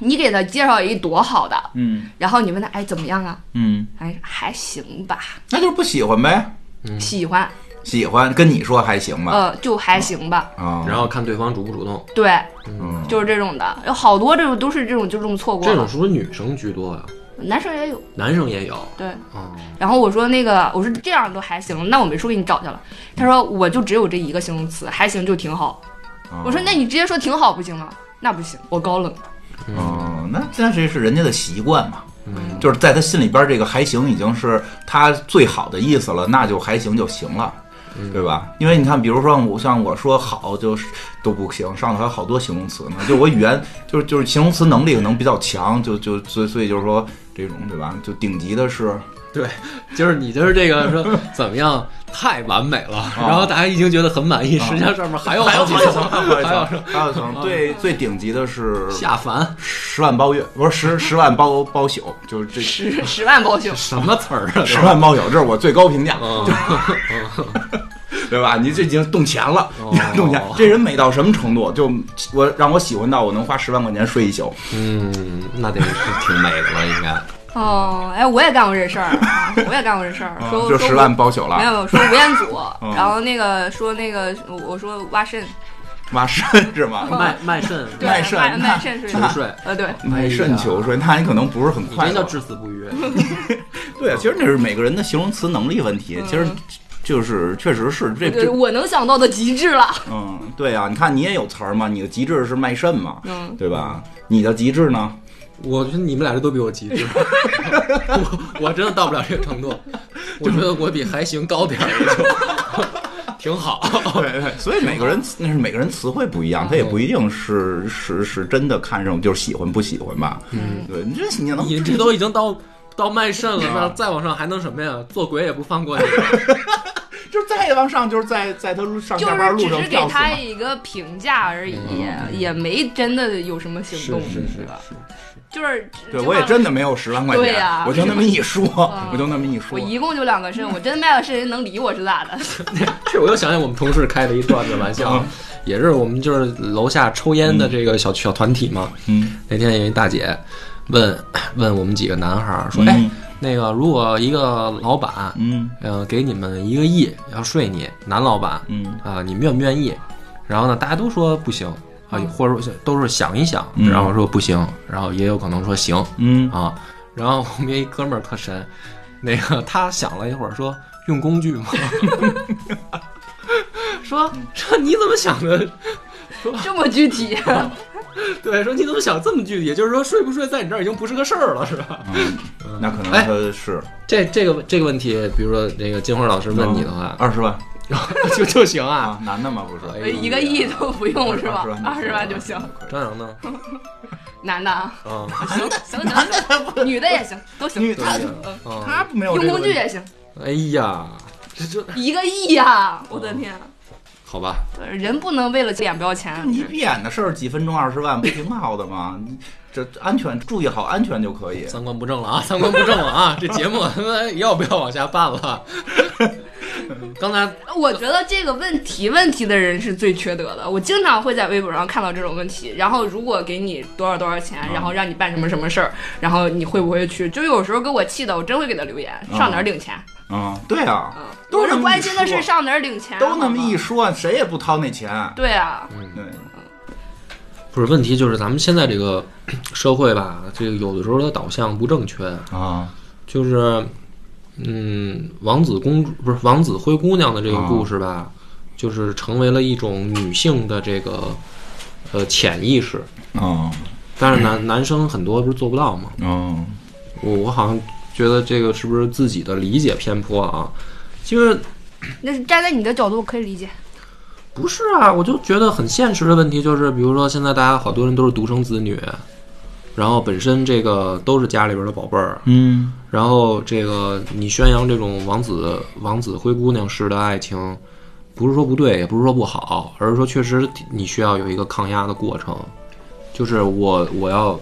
Speaker 1: 你给他介绍一多好的，
Speaker 2: 嗯
Speaker 1: 然后你问他，哎，怎么样啊？
Speaker 2: 嗯，
Speaker 1: 哎，还行吧，
Speaker 2: 那就是不喜欢呗，
Speaker 1: 喜欢，
Speaker 2: 喜欢跟你说还行吧
Speaker 1: 呃，就还行吧。
Speaker 2: 啊，
Speaker 3: 然后看对方主不主动，
Speaker 1: 对，
Speaker 2: 嗯
Speaker 1: 就是这种的，有好多这种都是这种就这么错过
Speaker 3: 这种
Speaker 1: 了，
Speaker 3: 是不是女生居多呀？
Speaker 1: 男生也有。
Speaker 3: 男生也有
Speaker 1: 对，
Speaker 3: 啊、
Speaker 1: 然后我说那个，我说这样都还行，那我没说给你找去了。他说我就只有这一个形容词，还行就挺好。
Speaker 2: 啊
Speaker 1: 我说那你直接说挺好不行吗？那不行，我高冷。 [laughs]
Speaker 2: 哦，那但是是人家的习惯嘛，就是在他心里边，这个还行已经是他最好的意思了，那就还行就行了。对吧？因为你看，比如说我像我说好就是都不行，上头还有好多形容词呢。就我语言 [laughs] 就是就是形容词能力可能比较强，就就所以所以就是说这种对吧？就顶级的是
Speaker 3: 对，就是你就是这个说怎么样太完美了，然后大家已经觉得很满意，实际上上面还有
Speaker 2: 哦还有
Speaker 3: 好几
Speaker 2: 好几层，
Speaker 3: 层，嗯
Speaker 2: 还有
Speaker 3: 还有
Speaker 2: 好几层，还有层。最最顶级的是
Speaker 3: 下凡
Speaker 2: 十万包月，不是十十万包包宿，就是这
Speaker 1: 十十万包宿，
Speaker 3: 什么词儿啊？
Speaker 2: 十万包宿，这是我最高评价。
Speaker 3: 嗯，
Speaker 2: 对吧？你这已经动钱了
Speaker 3: 哦，
Speaker 2: [laughs] 动钱。这人美到什么程度？就我让我喜欢到我能花十万块钱睡一宿。
Speaker 3: 嗯，那得是挺美的了，应 [laughs] 该。
Speaker 1: 哦，哎，我也干过这事儿，啊我也干过这事儿，说
Speaker 2: 啊就
Speaker 1: 说
Speaker 2: 十万包宿
Speaker 1: 没
Speaker 2: 了，
Speaker 1: 有说吴彦祖
Speaker 2: 嗯，
Speaker 1: 然后那个说那个我我说挖肾，
Speaker 2: 妈肾 [laughs] 是吗？
Speaker 3: 卖卖肾，
Speaker 1: 对
Speaker 2: 卖肾 [laughs]
Speaker 1: 卖
Speaker 2: 那
Speaker 1: 卖肾是
Speaker 3: 求睡，
Speaker 1: 呃对，
Speaker 2: 卖肾求睡，那你可能不是很
Speaker 3: 你
Speaker 2: 快
Speaker 3: 这叫
Speaker 2: 乐。
Speaker 3: 至死不渝。
Speaker 2: 对啊，其实那是每个人的形容词能力问题。
Speaker 1: 嗯
Speaker 2: 其实就是确实是这
Speaker 1: 对
Speaker 2: 这
Speaker 1: 我能想到的极致了。
Speaker 2: 嗯，对啊，你看你也有词儿嘛，你的极致是卖肾嘛，
Speaker 1: [laughs] 嗯，
Speaker 2: 对吧？你的极致呢？
Speaker 3: [laughs] 我觉得你们俩这都比我极致， [laughs] 我我真的到不了这个程度。我觉得我比还行高 [laughs] 点儿，也就挺好。
Speaker 2: 对对，所以每个人那是每个人词汇不一
Speaker 1: 嗯
Speaker 2: 样，他也不一定是是是真的看上就是喜欢不喜欢吧。嗯，对，你这你能
Speaker 3: 你这都已经到到卖肾了，那再往上还能什么呀？做鬼也不放过你。
Speaker 2: 就是再往上，就是在在他路
Speaker 1: 嗯
Speaker 2: 上
Speaker 1: 就
Speaker 2: 下班
Speaker 1: 是
Speaker 2: 路
Speaker 1: 只
Speaker 2: 上
Speaker 1: 是给
Speaker 2: 吊死嘛嗯
Speaker 1: 他一个评价而已，也没真的有什么行动，吧？就是
Speaker 2: 对，我也真
Speaker 1: 的，
Speaker 2: 的没有十万块钱，
Speaker 1: 对呀
Speaker 2: 我就那么一说，
Speaker 1: 嗯
Speaker 2: 我就那么一说
Speaker 1: 我。一共就两个肾，我真卖了肾，人能理我是咋的？ [laughs]
Speaker 3: 这我又想起我们同事开的一段子玩笑
Speaker 2: 嗯，
Speaker 3: 也是我们就是楼下抽烟的这个小小团体嘛。
Speaker 2: 嗯
Speaker 3: 那天有一大姐问问我们几个男孩儿说：“
Speaker 2: 嗯
Speaker 3: 哎，那个如果一个老板，
Speaker 2: 嗯
Speaker 3: 呃，给你们一个亿要睡你，男老板，
Speaker 2: 嗯
Speaker 3: 啊、你们愿不愿意？然后呢，大家都说不行啊，或者说都是想一想，
Speaker 2: 嗯
Speaker 3: 然后说不行，然后也有可能说行
Speaker 2: 嗯
Speaker 3: 啊。然后我们一哥们儿特神，那个他想了一会儿说用工具吗？ [laughs] 说说你怎么想的？ [laughs]
Speaker 1: 这么具体，
Speaker 2: 哎
Speaker 3: 对，说你怎么想这么具体？也就是说睡不睡在你这儿已经不是个事儿了，是吧？
Speaker 2: 嗯，那可能
Speaker 3: 哎
Speaker 2: 他是
Speaker 3: 这这个这个问题，比如说这个金花老师问你的话，
Speaker 2: 嗯二十万
Speaker 3: [laughs] 就就行
Speaker 2: 啊，
Speaker 3: 啊。
Speaker 2: 男的嘛不是
Speaker 3: 哎呦
Speaker 1: 一个亿都不用是吧？二
Speaker 2: 20
Speaker 1: 十
Speaker 2: 万
Speaker 1: 万就行，
Speaker 3: 张扬呢？
Speaker 1: 男的
Speaker 2: [laughs]
Speaker 1: 啊，
Speaker 3: 啊，
Speaker 1: 行行行行，女的也行，都行，
Speaker 2: 女他
Speaker 1: 嗯
Speaker 3: 啊，
Speaker 2: 他没有
Speaker 1: 用
Speaker 2: 这个
Speaker 1: 工具
Speaker 2: 问题
Speaker 1: 也行，
Speaker 3: 哎呀，这就
Speaker 1: 一个亿
Speaker 2: 哦
Speaker 1: 呀！我的天，啊
Speaker 3: 好吧。
Speaker 1: 人不能为了脸不要钱，
Speaker 2: 你闭眼的事儿几分钟二十万不挺好的吗？你这安全注意好安全就可以。
Speaker 3: 三观不正了啊！三观不正了啊！这节目他妈要不要往下办了？ [laughs] 刚才
Speaker 1: 我觉得这个问提问题的人是最缺德的。我经常会在微博上看到这种问题，然后如果给你多少多少钱，
Speaker 2: 啊
Speaker 1: 然后让你办什么什么事儿，然后你会不会去？就有时候给我气的，我真会给他留言，上哪儿领钱？
Speaker 2: 嗯，对啊，
Speaker 1: 嗯，
Speaker 2: 都
Speaker 1: 我
Speaker 2: 那
Speaker 1: 是
Speaker 2: 么
Speaker 1: 关心的
Speaker 2: 一说
Speaker 1: 是上哪儿领钱，
Speaker 2: 都那么一
Speaker 1: 啊好吗
Speaker 2: 说，谁也不掏那钱。
Speaker 1: 对啊，
Speaker 2: 对，
Speaker 3: 不是问题，就是咱们现在这个社会吧，这个有的时候它导向不正确，
Speaker 2: 啊，
Speaker 3: 就是嗯，王子公主不是王子灰姑娘的这个
Speaker 2: 啊
Speaker 3: 故事吧，就是成为了一种女性的这个呃潜意识，
Speaker 2: 哦，
Speaker 3: 但是男男生很多不是做不到吗？
Speaker 2: 哦，
Speaker 3: 我我好像觉得这个是不是自己的理解偏颇啊？就是
Speaker 1: 那是站在你的角度我可以理解。
Speaker 3: 不是啊，我就觉得很现实的问题就是，比如说现在大家好多人都是独生子女，然后本身这个都是家里边的宝贝儿，
Speaker 2: 嗯，
Speaker 3: 然后这个你宣扬这种王子王子灰姑娘式的爱情，不是说不对，也不是说不好，而是说确实你需要有一个抗压的过程，就是我我要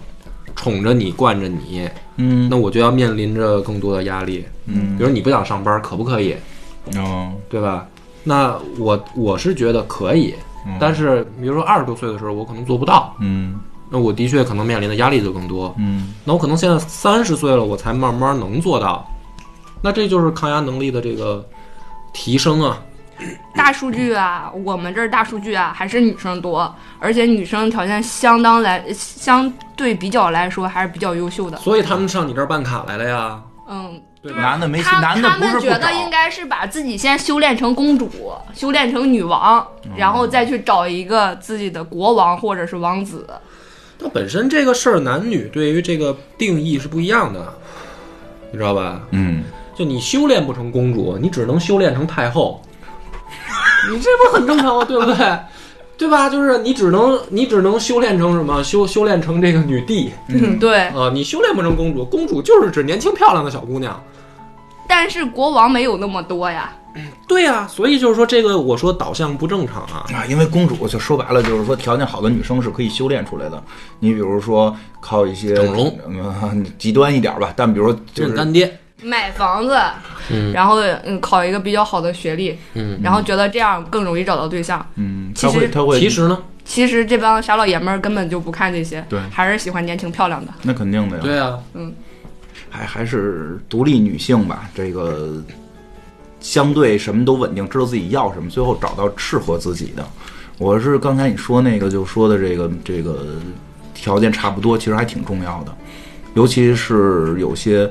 Speaker 3: 宠着你惯着你，
Speaker 2: 嗯，
Speaker 3: 那我就要面临着更多的压力，嗯，比如你不想上班，可不可以？
Speaker 4: 哦，
Speaker 3: 对吧？那我我是觉得可以，
Speaker 2: 嗯
Speaker 3: 但是比如说二十多岁的时候，我可能做不到，
Speaker 4: 嗯
Speaker 3: 那我的确可能面临的压力就更多。
Speaker 4: 嗯
Speaker 3: 那我可能现在三十岁了，我才慢慢能做到，那这就是抗压能力的这个提升啊。
Speaker 1: 大数据啊，我们这儿大数据啊，还是女生多，而且女生条件相当来相对比较来说还是比较优秀的。
Speaker 3: 所以他们上你这儿办卡来了呀，
Speaker 1: 嗯，
Speaker 3: 对吧？
Speaker 2: 男的没
Speaker 1: 他
Speaker 2: 男的
Speaker 1: 他
Speaker 2: 不是
Speaker 1: 们
Speaker 2: 不
Speaker 1: 觉得应
Speaker 2: 找，
Speaker 1: 该是把自己先修炼成公主，修炼成女王，
Speaker 2: 嗯
Speaker 1: 然后再去找一个自己的国王或者是王子。
Speaker 3: 那本身这个事儿，男女对于这个定义是不一样的，你知道吧？
Speaker 4: 嗯，
Speaker 3: 就你修炼不成公主，你只能修炼成太后， [laughs] 你这不是很正常吗？对不对？ [laughs] 对吧？就是你只能你只能修炼成什么？修修炼成这个女帝
Speaker 1: 嗯， [laughs] 对。
Speaker 3: 啊、你修炼不成公主，公主就是指年轻漂亮的小姑娘。
Speaker 1: 但是国王没有那么多呀。
Speaker 3: 对呀、所以就是说这个我说导向不正常啊。
Speaker 2: 啊，因为公主就说白了就是说条件好的女生是可以修炼出来的，你比如说靠一些
Speaker 3: 整容
Speaker 2: 嗯极端一点吧，但比如说就
Speaker 3: 认
Speaker 2: 是
Speaker 3: 干爹，
Speaker 1: 买房子，
Speaker 3: 嗯
Speaker 1: 然后嗯考一个比较好的学历，
Speaker 3: 嗯，
Speaker 1: 然后觉得这样更容易找到对象。
Speaker 2: 嗯，
Speaker 1: 其
Speaker 2: 她
Speaker 1: 实
Speaker 2: 会她会
Speaker 3: 其实呢，
Speaker 1: 其实这帮傻老爷们儿根本就不看这些，
Speaker 4: 对
Speaker 1: 还是喜欢年轻漂亮的。 [laughs]
Speaker 4: 那肯定的呀。
Speaker 3: 对啊，
Speaker 2: 还还是独立女性吧，这个相对什么都稳定，知道自己要什么，最后找到适合自己的。我是刚才你说那个，就说的这个这个条件差不多，其实还挺重要的，尤其是有些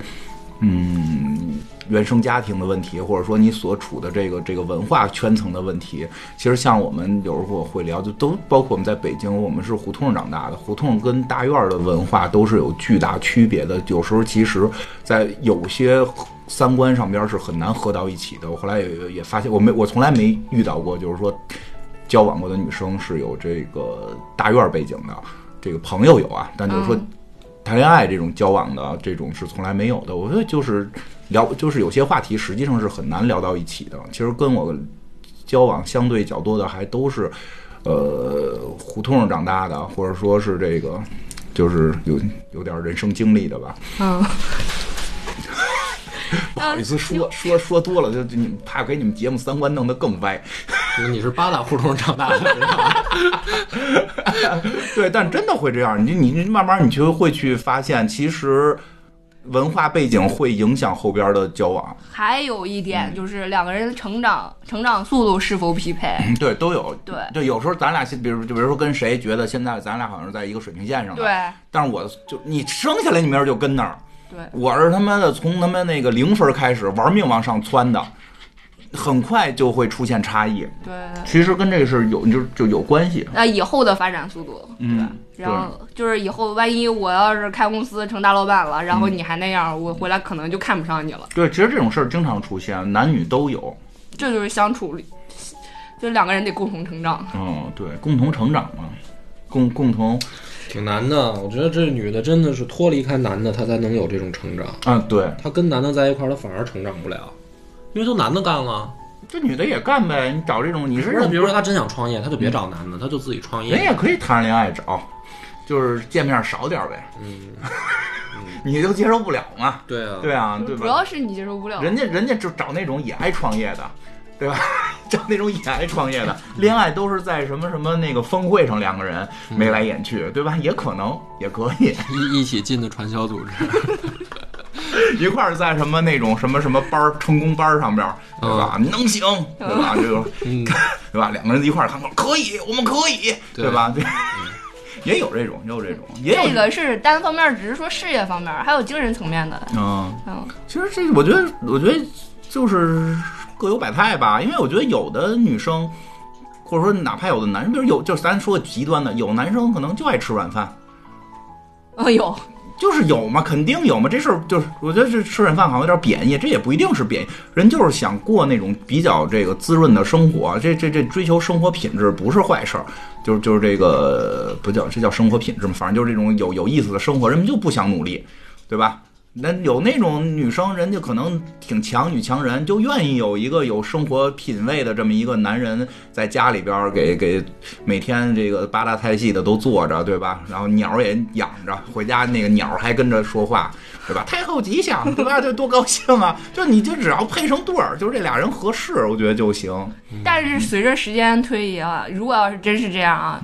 Speaker 2: 嗯原生家庭的问题，或者说你所处的这个这个文化圈层的问题，其实像我们有时候会聊，就都包括我们在北京，我们是胡同长大的，胡同跟大院儿的文化都是有巨大区别的。有时候其实，在有些三观上边儿是很难合到一起的。我后来也也发现，我没我从来没遇到过，就是说交往过的女生是有这个大院儿背景的，这个朋友有啊，但就是说
Speaker 1: 嗯
Speaker 2: 谈恋爱这种交往的这种是从来没有的。我觉得就是聊，就是有些话题实际上是很难聊到一起的。其实跟我交往相对较多的还都是，呃，胡同儿长大的，或者说是这个，就是有有点人生经历的吧。
Speaker 1: 嗯，
Speaker 2: 不好意思说说说多了，就就你们怕给你们节目三观弄得更歪。
Speaker 3: 你是八大胡同长大的，你知道吧？
Speaker 2: 对，但真的会这样，你你慢慢你就会去发现，其实文化背景会影响后边的交往。
Speaker 1: 还有一点就是两个人的成长成长速度是否匹配？
Speaker 2: 嗯对，都有。
Speaker 1: 对
Speaker 2: 对，有时候咱俩现，比如就比如说跟谁觉得现在咱俩好像是在一个水平线上的，
Speaker 1: 对，
Speaker 2: 但是我就你生下来你明儿就跟那儿，
Speaker 1: 对，
Speaker 2: 我是他妈的从他妈那个零分开始玩命往上窜的，很快就会出现差异。
Speaker 1: 对。
Speaker 2: 其实跟这个是有就就有关系。
Speaker 1: 那以后的发展速度，对吧？
Speaker 2: 对
Speaker 1: 然后就是以后，万一我要是开公司成大老板了，然后你还那样，我回来可能就看不上你了。
Speaker 2: 对，其实这种事儿经常出现，男女都有。
Speaker 1: 这就是相处里，就两个人得共同成长。
Speaker 2: 嗯，对，共同成长嘛，共共同，
Speaker 3: 挺难的，我觉得这女的真的是脱离开男的，她才能有这种成长。
Speaker 2: 啊，对，
Speaker 3: 她跟男的在一块儿，她反而成长不了，因为都男的干了。
Speaker 2: 这女的也干呗，你找这种你是这
Speaker 3: 不是，
Speaker 2: 种
Speaker 3: 比如说她真想创业，她就别找男的，她就自己创
Speaker 2: 人也
Speaker 3: 业。
Speaker 2: 可以谈恋爱找，就是见面少点儿呗。
Speaker 3: 嗯，
Speaker 2: 你就接受不了嘛？
Speaker 3: 对啊，
Speaker 2: 对啊，对
Speaker 1: 嗯主要
Speaker 2: 吧？
Speaker 1: 是你接受不了，
Speaker 2: 人家人家就找那种也爱创业的，对吧？ [laughs] 找那种也爱创业的，恋爱都是在什么什么那个峰会上两个人眉来眼去，对吧？也可能也可以 [laughs]
Speaker 3: 一一起进的传销组织，
Speaker 2: 一块儿在什么那种什么什么班儿成功班儿上边儿，对吧？能行，对
Speaker 1: [laughs]
Speaker 2: 吧？这个
Speaker 3: [laughs] 嗯，
Speaker 2: 对吧？两个人一块儿看过，可以，我们可以，
Speaker 3: 对
Speaker 2: 对吧？对， [laughs] 也有这种，也有这种，也有
Speaker 1: 这个是单方面，只是说事业方面，还有精神层面的。
Speaker 2: 嗯。
Speaker 1: 嗯，
Speaker 2: 其实这，我觉得，我觉得就是各有百态吧。因为我觉得有的女生，或者说哪怕有的男生，比如有，就是咱说极端的，有男生可能就爱吃软饭，
Speaker 1: 哎呦，
Speaker 2: 就是有嘛，肯定有嘛。这事儿就是，我觉得这吃软饭好像有点贬义，这也不一定是贬义。人就是想过那种比较这个滋润的生活，这这这追求生活品质不是坏事儿。就是就是这个不叫这叫生活品质嘛，反正就是这种有有意思的生活，人们就不想努力，对吧？那有那种女生，人家可能挺强女强人，就愿意有一个有生活品味的这么一个男人在家里边儿给给每天这个八大菜系的都做着，对吧？然后鸟儿也养着，回家那个鸟儿还跟着说话，对吧？太后吉祥，对吧？这多高兴啊！就你就只要配成对儿，就是这俩人合适，我觉得就行。
Speaker 1: [laughs] 但是随着时间推移啊，如果要是真是这样啊，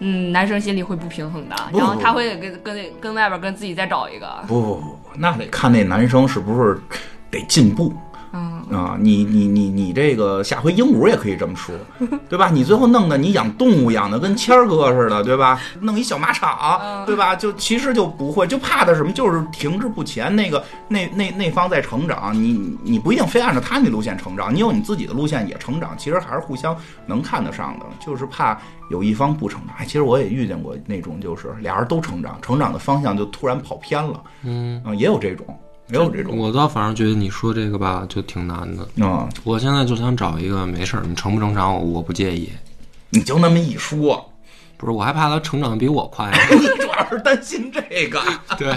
Speaker 1: 嗯，男生心里会不平衡的，
Speaker 2: 不
Speaker 1: 然后
Speaker 2: 不
Speaker 1: 他会跟跟跟外边跟自己再找一个，
Speaker 2: 不不不不，那得看那男生是不是得进步。
Speaker 1: 嗯，
Speaker 2: 啊，你你你你这个下回鹦鹉也可以这么说， [laughs] 对吧？你最后弄得你养动物养的跟谦儿哥似的，对吧？弄一小马场，
Speaker 1: 嗯
Speaker 2: 对吧？就其实就不会，就怕的什么就是停滞不前。那个那那那方在成长，你你不一定非按照他那路线成长，你有你自己的路线也成长，其实还是互相能看得上的，就是怕有一方不成长。哎，其实我也遇见过那种，就是俩人都成长，成长的方向就突然跑偏了，
Speaker 3: 嗯，
Speaker 2: 嗯，也有这种，也有这种，
Speaker 3: 我倒反而觉得你说这个吧，就挺难的。
Speaker 2: 嗯，
Speaker 3: 我现在就想找一个没事儿，你成不成长我我不介意，
Speaker 2: 你就那么一说。
Speaker 3: 不是我还怕他成长得比我快。
Speaker 2: 你 [laughs] 主要是担心这个，
Speaker 3: [laughs] 对，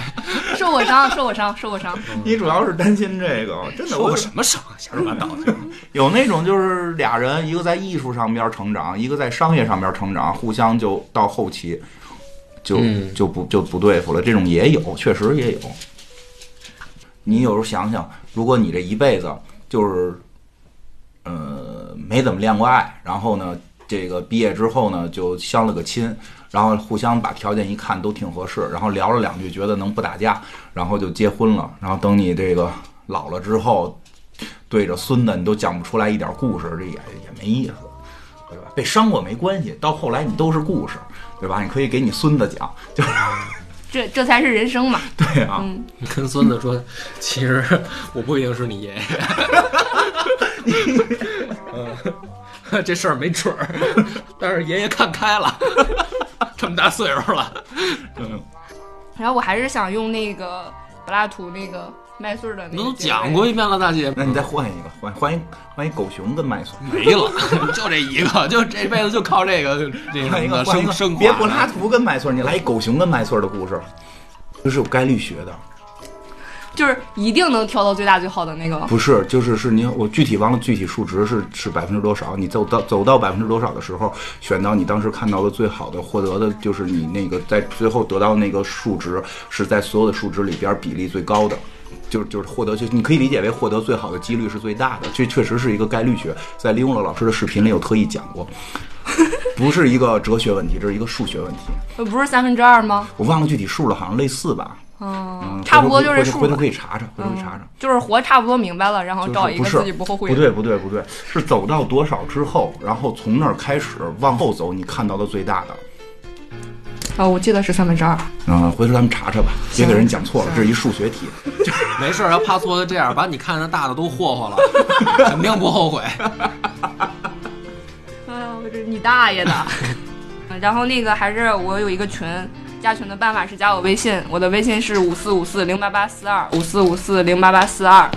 Speaker 1: 受我伤，受我伤，受我伤，
Speaker 2: 你主要是担心这个，真的。
Speaker 3: 说
Speaker 2: 我
Speaker 3: [laughs] 我什么伤啊？瞎说八道的。
Speaker 2: 有那种就是俩人，一个在艺术上边成长，一个在商业上边成长，互相就到后期就、
Speaker 3: 嗯
Speaker 2: 就不就不对付了。这种也有，确实也有。你有时候想想，如果你这一辈子就是呃没怎么恋过爱，然后呢，这个毕业之后呢就相了个亲，然后互相把条件一看都挺合适，然后聊了两句觉得能不打架，然后就结婚了。然后等你这个老了之后，对着孙子你都讲不出来一点故事，这也也没意思。对吧？被伤过没关系，到后来你都是故事，对吧？你可以给你孙子讲，就是
Speaker 1: 这这才是人生嘛，
Speaker 2: 对啊，
Speaker 1: 嗯，
Speaker 3: 跟孙子说，其实我不一定是你爷爷。嗯，这事儿没准儿，但是爷爷看开了，这么大岁数了。
Speaker 2: 嗯，
Speaker 1: 然后我还是想用那个柏拉图那个麦穗儿的那
Speaker 3: 你
Speaker 1: 个
Speaker 3: 都
Speaker 1: 结尾
Speaker 3: 讲过一遍了，大姐。
Speaker 2: 那你再换一个，换换一换一狗熊跟麦穗，
Speaker 3: 没了，就这一个，就这辈子就靠这个这
Speaker 2: 换
Speaker 3: 什
Speaker 2: 一个
Speaker 3: 么的
Speaker 2: 换一
Speaker 3: 生
Speaker 2: 个，
Speaker 3: 生
Speaker 2: 别
Speaker 3: 活
Speaker 2: 柏拉图跟麦穗，你来一狗熊跟麦穗的故事，这是有概率学的，
Speaker 1: 就是一定能挑到最大最好的那个，
Speaker 2: 不是，就是是你我具体忘了具体数值是是百分之多少，你走到走到百分之多少的时候，选到你当时看到的最好的，获得的就是你那个在最后得到那个数值是在所有的数值里边比例最高的。就是就是获得，就你可以理解为获得最好的几率是最大的，这确实是一个概率学，在李永乐老师的视频里有特意讲
Speaker 1: [laughs]
Speaker 2: 过，不是一个哲学问题，这是一个数学问题，
Speaker 1: 呃不是三分之二吗？
Speaker 2: 我忘了具体数了，好像类似吧，
Speaker 1: 嗯
Speaker 2: 嗯，
Speaker 1: 差不多
Speaker 2: 回
Speaker 1: 就
Speaker 2: 头
Speaker 1: 是
Speaker 2: 可以
Speaker 1: 数
Speaker 2: 回头
Speaker 1: 吧
Speaker 2: 可，以查查，回头可以查查。
Speaker 1: 就是活差不多明白了，然后
Speaker 2: 就是
Speaker 1: 找一个
Speaker 2: 不是
Speaker 1: 自己不后悔的。
Speaker 2: 不对，不对，不对，是走到多少之后，然后从那儿开始往后走，你看到的最大的。
Speaker 1: 哦，我记得是三分之二。
Speaker 2: 嗯，回头咱们查查吧，别给人讲错了，这是一数学题。
Speaker 3: 没事儿，要怕错就这样，把你看的大的都霍霍了，
Speaker 2: [laughs]
Speaker 3: 肯定不后悔。
Speaker 1: 哎呀，我这你大
Speaker 2: [laughs]
Speaker 1: 爷的！嗯然后那个还是我有一个群，加群的办法是加我微信，我的微信是五四五四零八八四二五四五四零八八四二。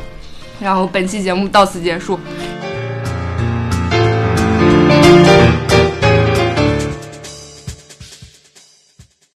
Speaker 1: 然后本期节目到此结束。